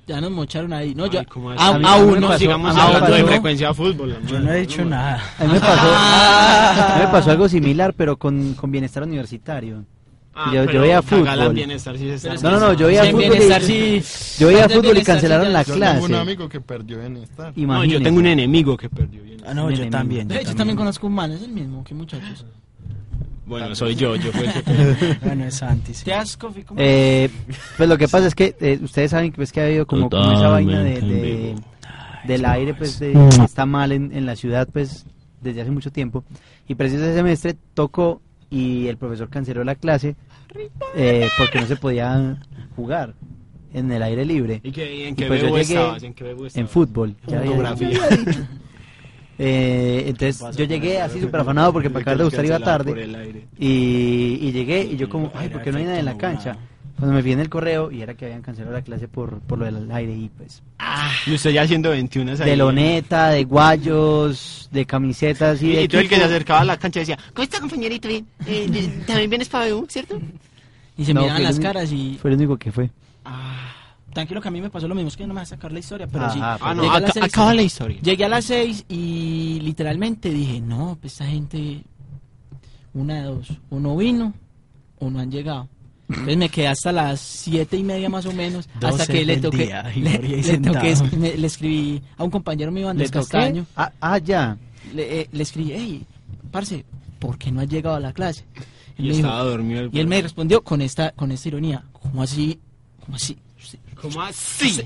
S3: Ya nos mocharon ahí. No, yo.
S4: ¿cómo
S3: a-
S4: así?
S3: aún
S4: A mí me
S3: no,
S4: pasó-
S3: sigamos
S4: a mí me
S3: hablando de
S4: pasó-
S3: frecuencia.
S4: Frecuencia fútbol.
S5: Yo no he dicho nada.
S7: A mí me pasó, a mí me pasó algo similar, pero con, con bienestar universitario.
S4: Ah,
S7: yo, yo
S4: pero
S7: veía
S4: cagala en
S7: fútbol.
S4: Bienestar sí se está
S7: no, no, no, yo veía
S4: pasando.
S7: fútbol.
S4: En
S7: y-
S4: Bienestar sí-
S7: Yo veía
S4: Antes de
S7: fútbol y
S4: Bienestar sí
S7: cancelaron
S4: ya-
S7: la
S4: Yo
S7: clase.
S6: Tengo un amigo que perdió bienestar.
S4: No, yo tengo un enemigo que perdió.
S5: Ah, no, yo también.
S3: De hecho, también conozco un man, es el mismo, que muchachos.
S5: Ah,
S4: Bueno, soy yo, yo fui el que
S5: bueno, es antes.
S3: Te das coffee, ¿cómo?
S7: Eh, pues lo que pasa es que eh, ustedes saben que, pues, que ha habido como, como esa vaina de,
S4: Totalmente
S7: de- del aire pues de,
S4: Mm.
S7: está mal en, en la ciudad pues desde hace mucho tiempo y preciso ese semestre tocó y el profesor canceló la clase eh, porque no se podía jugar en el aire libre
S4: ¿Y qué- en
S7: Y
S4: qué
S7: yo
S4: bebo
S7: llegué
S4: estabas? ¿En qué bebo estabas?
S7: fútbol ya había-
S4: Fotografía.
S7: Eh, entonces yo llegué así súper afanado porque para acabar de gustar iba
S4: Cancelado por
S7: tarde
S4: el aire.
S7: y, y llegué y yo como, ay, ¿por qué no hay nadie en la cancha? Cuando me vi en el correo y era que habían cancelado la clase por, por lo del aire y pues...
S4: Y usted ya haciendo 21 Pues ahí.
S7: De loneta, de guayos, de camisetas y
S4: Y,
S7: de...
S4: y todo el que se
S7: equipo.
S4: acercaba a la cancha decía,
S15: ¿Cómo está, compañerito? Bien. Eh, eh, También vienes para BU, ¿cierto?
S3: Y se
S7: No,
S3: miraban
S7: fue el
S3: las
S7: uni-
S3: caras y.
S7: Fue el único que fue.
S3: Tranquilo, que a mí me pasó lo mismo, es que no me vas a sacar la historia, pero
S7: Ah,
S3: sí.
S7: ah,
S4: ah, no,
S3: Llegué a las
S4: aca-
S3: seis-
S4: acaba la historia.
S3: Llegué a las 6 y literalmente dije, no, pues esta gente. una de dos, o no vino o no han llegado. Entonces me quedé hasta las siete y media más o menos, hasta
S7: Doce
S3: que le
S7: del
S3: toqué,
S7: día, y
S3: le,
S7: morí ahí
S3: le
S7: sentado.
S3: toqué es- me- le escribí a un compañero mío, Andrés
S7: toqué?
S3: Castaño.
S7: Ah, ah, ya.
S3: Le, eh, le escribí, hey, parce, ¿por qué no has llegado a la clase? Él
S4: Y
S3: me
S4: estaba dormido el
S3: y él me respondió con esta, con esta ironía, ¿cómo así? ¿Cómo así? Usted-
S4: ¿Cómo así?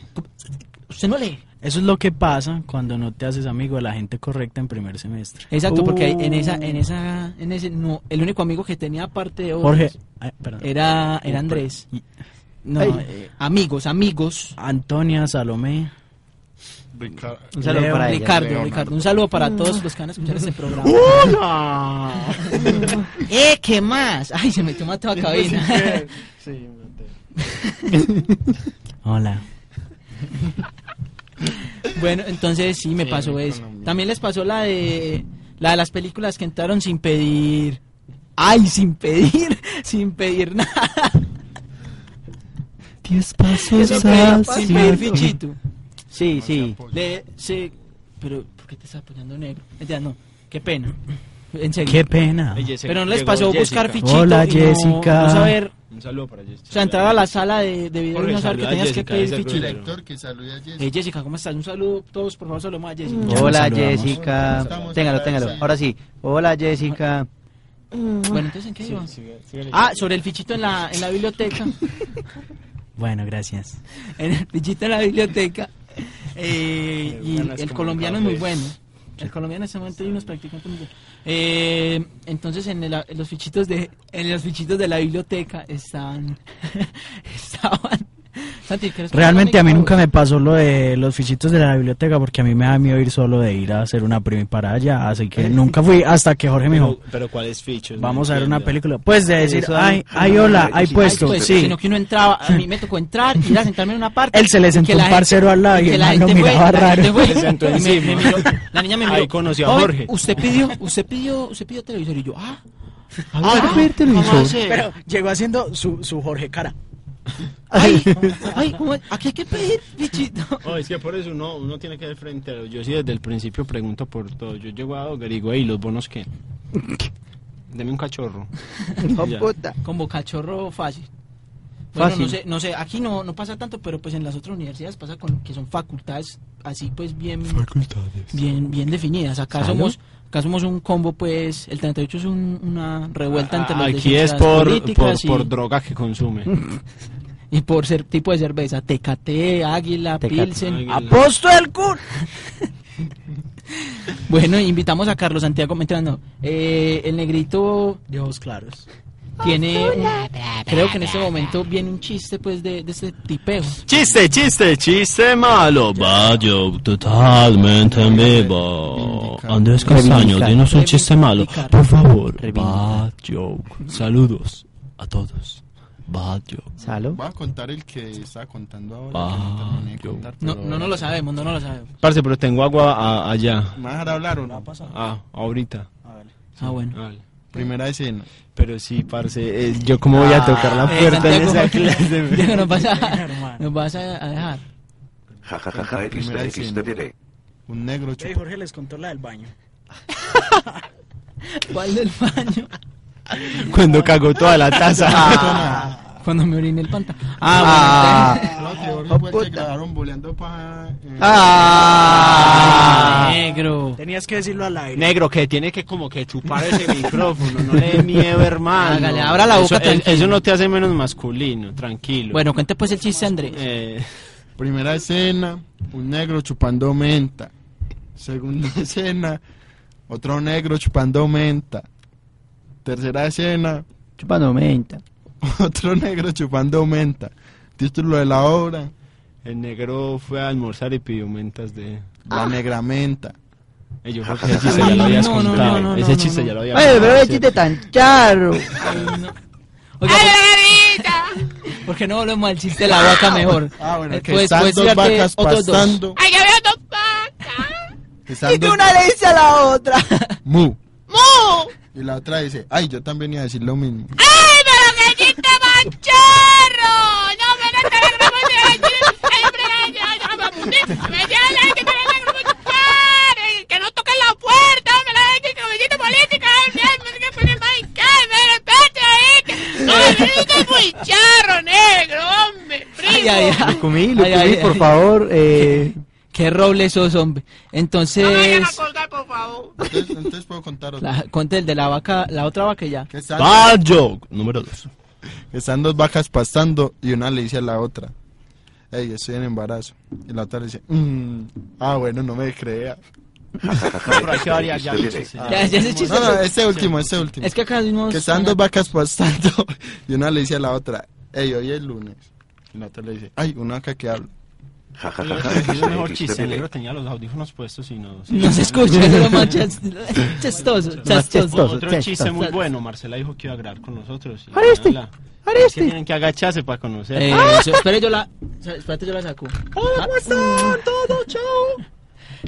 S3: Usted no lee.
S5: Eso es lo que pasa cuando no te haces amigo de la gente correcta en primer semestre.
S3: Exacto, porque en esa,
S5: Uh.
S3: en esa, en ese, no, el único amigo que tenía aparte de
S5: Jorge,
S3: otros
S5: ay, perdón.
S3: era, era
S5: Upa.
S3: Andrés. No,
S5: Ay.
S3: eh, amigos, amigos.
S5: Antonia, Salomé.
S6: Ricardo.
S5: Un saludo para ella.
S3: Ricardo,
S5: Leo,
S3: Ricardo,
S5: Marco.
S3: un saludo
S4: Mm.
S3: para todos los que van a escuchar este programa.
S4: Uh.
S12: ¡Hola!
S3: ¡Eh, qué más! ¡Ay, se metió mató a cabina!
S12: Sí,
S5: Hola.
S3: Bueno, entonces sí me
S5: Sí,
S3: pasó
S5: rico,
S3: eso.
S5: no, mira.
S3: También les pasó la de la de las películas que entraron sin pedir. Ay, sin pedir, sin pedir nada.
S7: Diez pasos
S3: Eso que-
S7: hacia-
S3: sin pedir fichito.
S7: Sí, sí.
S6: pues.
S3: Le- sí, pero ¿por qué te estás apoyando negro? Ya no, qué pena. En serio.
S5: Qué pena.
S3: Ay, Jessica, Pero no les pasó
S5: llegó
S3: buscar
S5: Jessica.
S3: fichito
S5: Hola,
S3: y no-
S5: Jessica.
S3: no saber.
S4: Un saludo para Jessica.
S3: O sea, entrar a la sala de, de video
S4: Jorge,
S3: y no saber que
S4: saluda a
S3: tenías
S4: Jessica,
S3: que pedir
S4: ese
S3: fichito.
S4: es el director
S6: que saluda a Jessica.
S3: Eh, Jessica, ¿cómo estás? Un saludo todos, por favor, saludemos a Jessica.
S7: Hola, Jessica. Téngalo, téngalo. Ahora sí. Hola, Jessica.
S3: Bueno, entonces, ¿en qué
S7: Sí,
S3: iba?
S7: siga- sígale.
S3: ah, sobre el fichito en la, en la biblioteca.
S5: Bueno, gracias.
S3: en el fichito en la biblioteca. Eh,
S5: El
S3: y
S5: bueno es
S3: el
S5: como
S3: colombiano es
S5: un
S3: muy
S5: café.
S3: bueno. El colombiano en ese momento hay unos practicantes muy buenos. Eh, entonces en, el- en los fichitos de en los fichitos de la biblioteca están estaban Santi, ¿quieres poner
S5: Realmente
S3: la
S5: a mí
S3: mic,
S5: nunca
S3: por
S5: me pasó lo de los fichitos de la biblioteca porque a mí me da miedo ir solo de ir a hacer una primi para allá, así que nunca fui hasta que Jorge me dijo,
S4: Pero, pero ¿cuáles fichos? No
S5: vamos a ver una
S4: entiendo.
S5: película. Pues de decir,
S4: Eso
S5: ay,
S4: no-
S5: ay,
S4: no,
S5: hola,
S4: no,
S5: hay
S4: sí,
S5: puesto,
S3: Pues,
S5: sí.
S3: Sino que uno entraba, a mí me tocó entrar, ir a sentarme en una parte.
S5: Él se le
S3: y
S5: sentó
S3: que
S5: un
S3: la gente-
S5: parcero al lado y
S3: que
S5: el
S3: la
S5: man lo
S3: gente fue,
S5: miraba
S3: la
S5: raro.
S3: gente fue,
S5: Se sentó
S3: y me-
S5: encima.
S3: me miró, la niña me miró.
S4: Ahí conocí a
S3: "Joven,
S4: Jorge".
S3: Usted pidió, usted pidió, usted pidió televisor y yo, ah.
S5: Ah,
S3: ah, ¿cómo hace?
S5: Pero llegó haciendo su, su Jorge cara.
S3: Ay, ay, ¿cómo es? aquí hay que pedir, bichito.
S4: Oh, es que por eso uno, uno tiene que ir frente a los- Yo sí desde el principio pregunto por todo. Yo llego a Dogger y digo, ¿y los bonos qué? Deme un cachorro.
S3: No,
S4: Ya.
S3: puta. Como cachorro fácil. Bueno,
S4: Fácil.
S3: no sé, no sé, aquí no, no pasa tanto, pero pues en las otras universidades pasa con que son facultades así pues bien bien bien definidas. Acá
S4: ¿Salud?
S3: somos acá somos un combo pues el 38 es un- una revuelta entre las
S4: Ah, Aquí es
S3: disidencias
S4: por, por,
S3: políticas y,
S4: por droga que consume.
S3: y por ser tipo de cerveza, Tecate, Águila,
S4: Tecate.
S3: Pilsen,
S4: Águila.
S3: Aposto del Cur. bueno, invitamos a Carlos Santiago, mentira, no. Eh, el negrito de ojos claros. Tiene, un- creo que en este momento viene un chiste pues de, de este tipeo.
S13: Chiste, chiste, chiste malo. Vaya, totalmente en vivo. Andrés Castaño,
S16: Reivindicar.
S13: dinos un chiste malo. Por favor.
S16: Reivindicar.
S13: Bad joke. Saludos a todos. Bad joke.
S6: Voy a contar el que estaba contando ahora.
S13: Ah,
S6: que no terminé de contar,
S3: No,
S6: pero-
S3: no, no lo sabemos, no, no lo sabemos.
S4: Parce, pero tengo agua a- allá.
S6: ¿Me vas a dejar hablar o no?
S4: Ah, ahorita.
S3: Ah, bueno.
S6: Primera escena.
S4: Pero sí, parce, eh, yo cómo voy a tocar la
S3: Eh,
S4: puerta en
S3: Santiago,
S4: esa clase.
S3: Santiago, nos vas a, nos vas a a dejar.
S17: Ja, ja, ja, ja,
S6: La
S17: XD,
S6: primera escena.
S17: XD, diré.
S6: Un negro
S5: Ve,
S6: chupa.
S5: Jorge les contó la del baño.
S3: ¿Cuál del baño?
S4: Cuando cagó toda la taza.
S3: Ah. Cuando me oriné el pantalón. Ah,
S4: Ah.
S3: bueno.
S6: Creo que Jorge
S3: Oh,
S6: fue el que grabaron boleando paja. eh,
S4: Ah.
S3: Negro.
S5: Tenías que decirlo al aire.
S4: Negro, que tiene que como que chupar ese micrófono, no le dé miedo, hermano.
S3: Hágale, abra la boca,
S4: Eso, es-
S3: tranquilo.
S4: eso no te hace menos masculino, tranquilo. Eh,
S3: Bueno, cuente pues el chiste, Andrés.
S6: Primera escena, un negro chupando menta. Segunda escena, otro negro chupando menta. Tercera escena,
S7: Chupando menta.
S6: otro negro chupando menta. Título de la obra,
S4: El negro fue a almorzar y pidió mentas de...
S3: Ah.
S6: La negra menta.
S4: Eh, yo creo que ese chiste ya lo habías
S6: No, no, no,
S4: contado.
S6: no, no,
S4: ese
S6: no,
S4: chiste
S6: no.
S4: ya lo habías
S7: Ay,
S4: contado.
S7: pero el
S4: sí.
S7: chiste tan charro.
S3: ¿Por qué no volvemos al chiste de la vaca mejor?
S6: Ah, bueno,
S3: Eh,
S6: que están dos
S3: tirarte
S6: vacas
S3: otros dos.
S6: pastando.
S15: ¡Ay, ya veo dos
S6: Están dos-
S15: le dice a la otra.
S6: Mu.
S15: ¡Mu!
S6: Y la otra dice, ay, yo también iba a decir lo mismo.
S15: ¡Ay, pero qué chiste manchero! ¡No, pero este negro mucho! ¡Siempre ay, ay, ay, vamos, sí. ¡Me llena, que tiene negro mucho! ¡Pare! ¡Que no toquen la puerta! ¡Me la dejen que me política! ¡Ay, bien, me tienen que poner más que
S7: Lucumí,
S3: Ay, ay,
S7: Lucumí, por
S3: ay.
S7: favor. eh,
S3: Qué roble sos, hombre. Entonces,
S6: Entonces, entonces puedo contar otro.
S3: la, conte el de la vaca, la otra vaca y ya.
S6: Bad joke número 2. Están dos vacas pastando y una le dice a la otra, hey, estoy en embarazo. Y la otra le dice, "Mm, ah, bueno, no me crea.
S4: pero hay que variar ya,
S6: Ah,
S4: ese
S6: no,
S4: Ya, ya ese chiste
S6: no,
S4: es-
S6: este último, este último.
S3: Es que acá vimos
S6: Que están
S3: una-
S6: dos vacas pastando y una le dice a la otra, hey, hoy es lunes. Y la otra le dice, ay, una vaca que habla.
S4: Yo creo que es el mejor chiste, el negro tenía los audífonos puestos y no...
S6: No se escucha,
S3: pero más chas- chistoso, chistoso,
S4: Otro
S3: chistoso.
S4: chiste muy bueno, Marcela dijo que iba a grabar con nosotros. y
S3: Oreste,
S4: nada. Es que
S7: este?
S4: tienen que agacharse para conocer.
S3: Eh, eso, espere, yo la, espérate, yo la saco. Hola, ¿cómo están todos? Chao.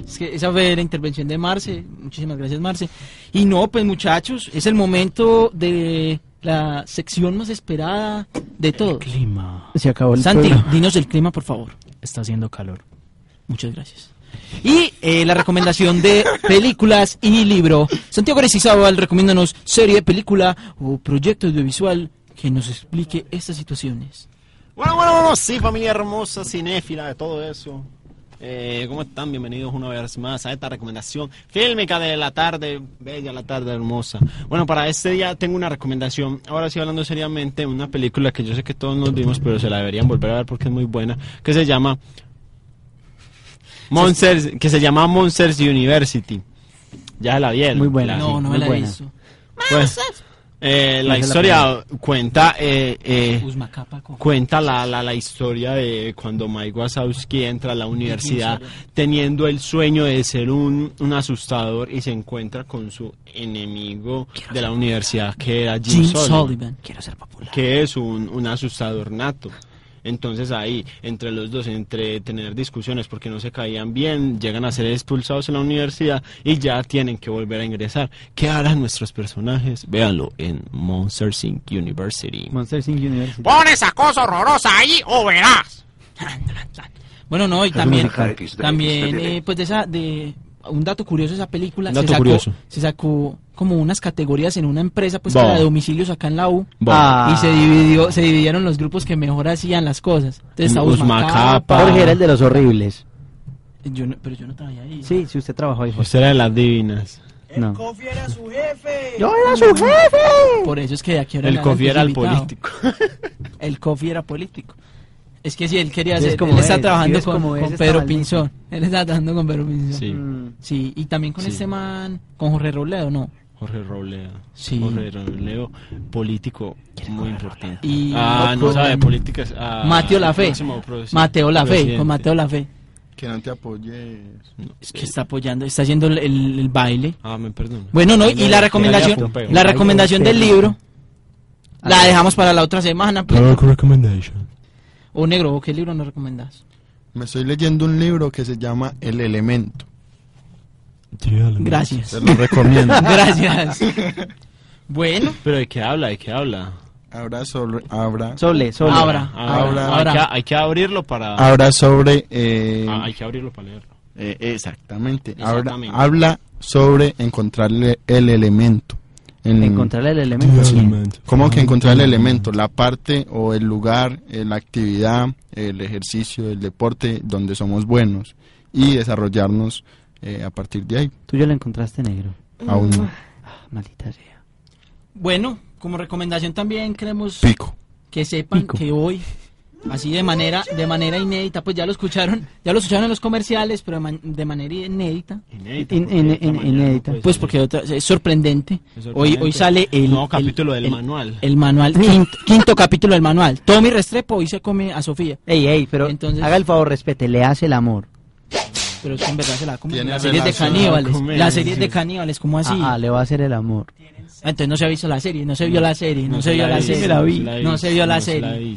S3: Es que esa fue la intervención de Marce. Muchísimas gracias, Marce. Y no, pues muchachos, es el momento de la sección más esperada de todos.
S5: clima. Se acabó el
S3: Santi,
S5: programa.
S3: dinos el clima, por favor.
S5: Está haciendo calor.
S3: Muchas gracias. Y eh, la recomendación de películas y libro. Santiago Aristizábal recomiéndanos serie, película o proyecto audiovisual que nos explique estas situaciones.
S4: Bueno, bueno, bueno, sí, familia hermosa, cinéfila, de todo eso. Eh, ¿Cómo están? Bienvenidos una vez más a esta recomendación fílmica de la tarde, bella la tarde hermosa. Bueno, para este día tengo una recomendación. Ahora sí, hablando seriamente, una película que yo sé que todos nos vimos, pero se la deberían volver a ver porque es muy buena, que se llama Monsters, que se llama Monsters University. Ya la vieron.
S3: Muy buena,
S4: La-
S3: no, no me
S4: muy
S3: la he
S4: buena.
S3: visto.
S4: Pues, eh,
S3: No
S4: la
S3: sé la
S4: historia cuenta eh, eh,
S3: Uzmacápaco.
S4: cuenta la, la, la historia de cuando Mike Wazowski entra a la universidad teniendo el sueño de ser un, un asustador y se encuentra con su enemigo de la universidad que era Jim,
S3: Jim
S4: Sullivan
S3: Sullivan. Quiero ser papá.
S4: que es un, un asustador nato. Entonces ahí, entre los dos, entre tener discusiones porque no se caían bien, llegan a ser expulsados en la universidad y ya tienen que volver a ingresar. ¿Qué harán nuestros personajes? Véanlo en Monsters Inc. University.
S7: Monsters Inc. University.
S15: Pon esa cosa horrorosa ahí o verás.
S3: Bueno, no, y
S15: Es
S3: también,
S15: música XD,
S3: también
S15: XD.
S3: eh, pues de esa, de un dato curioso de esa película,
S4: Dato
S3: se, sacó,
S4: curioso.
S3: se sacó como unas categorías en una empresa, pues que
S4: Bo.
S3: era de domicilios acá en la U,
S4: Bo.
S3: y
S7: Ah.
S3: se dividió, se dividieron los grupos que mejor hacían las cosas. Entonces, estaba Usmacapa,
S7: Jorge era el de los horribles.
S3: Yo no- pero yo no trabajé ahí.
S7: Sí, si usted trabajó ahí. Jorge.
S4: Usted Pues era de las divinas.
S7: No.
S12: Coffee era su jefe.
S7: ¡Yo era su jefe!
S3: Por eso es que de aquí
S4: El Kofi era el político.
S3: el coffee era político. Es que si él quería
S7: ¿Ves
S3: hacer,
S7: cómo
S3: él está
S7: es?
S3: trabajando
S7: ¿Ves
S3: con,
S7: cómo es?
S3: con
S7: Está
S3: Pedro
S7: maldito.
S3: Pinzón. Él está trabajando con Pedro Pinzón.
S4: Sí.
S3: Sí, y también con
S4: Sí.
S3: este man, con Jorge Robledo, ¿no?
S4: Jorge Robledo.
S3: Sí.
S4: Jorge Robledo, político muy importante.
S3: Y
S4: ah, no
S3: con-
S4: sabe de políticas. ah,
S3: Mateo La Fe.
S4: próximo pro-
S3: Mateo La Fe,
S4: presidente.
S3: con Mateo La Fe.
S6: Que no te apoyes.
S3: Es que está apoyando, está haciendo el, el- el baile.
S4: Ah, me perdona.
S3: Bueno, no, y
S4: Mira,
S3: la
S4: mira,
S3: recomendación,
S4: Pompeo.
S3: la recomendación del libro la dejamos para la otra semana.
S4: Ah.
S3: pues. O negro, ¿vos ¿qué libro nos recomendás?
S6: Me estoy leyendo un libro que se llama El Elemento.
S13: Mm.
S3: Gracias.
S6: Se lo recomiendo.
S3: Gracias. Bueno.
S4: Pero ¿de qué habla? ¿De qué habla? Ah,
S6: Habrá sobre... Habrá...
S7: Sole, sole.
S3: Abra,
S6: abra,
S4: Hay, que, hay que abrirlo para...
S3: Ah,
S6: Habrá sobre... eh,
S4: Ah, hay que abrirlo para leerlo.
S6: eh, exactamente. Habrá-
S4: Exactamente.
S6: habla sobre encontrarle el elemento. En-
S7: Encontrarle el elemento.
S6: Sí.
S7: elemento.
S6: ¿Cómo que encontrar el elemento? La parte o el lugar, eh, la actividad, el ejercicio, el deporte donde somos buenos y desarrollarnos eh, a partir de ahí.
S7: Tú ya lo encontraste negro.
S6: Aún no.
S7: Ah, maldita sea.
S3: Bueno, como recomendación también queremos
S6: Pico.
S3: que sepan que hoy, así de manera, de manera inédita, pues ya lo escucharon, ya lo escucharon en los comerciales, pero de, man- de manera inédita.
S4: Inédita.
S7: In- in- in- inédita.
S3: Pues porque otra- es sorprendente.
S4: Es
S3: Hoy,
S4: sorprendente.
S3: hoy sale el
S4: Nuevo
S3: el-
S4: capítulo del
S3: el-
S4: manual.
S3: El manual, quinto, quinto capítulo del manual. Tommy Restrepo hoy se come a Sofía.
S7: Ey, ey, pero
S3: Entonces-
S7: haga el favor, respete, le hace el amor.
S3: Pero es que en verdad se la come.
S6: Tiene
S3: Las series de
S6: relación
S3: caníbales.
S6: con
S3: Las series
S6: Messi.
S3: de caníbales, como así.
S7: Ah, ah, le va a hacer el amor.
S3: Ah, Entonces no se ha visto la serie, no se vio la serie, no, se vio la,
S4: vi,
S3: serie.
S4: me la vi.
S3: No se vio la
S4: No se la
S3: serie.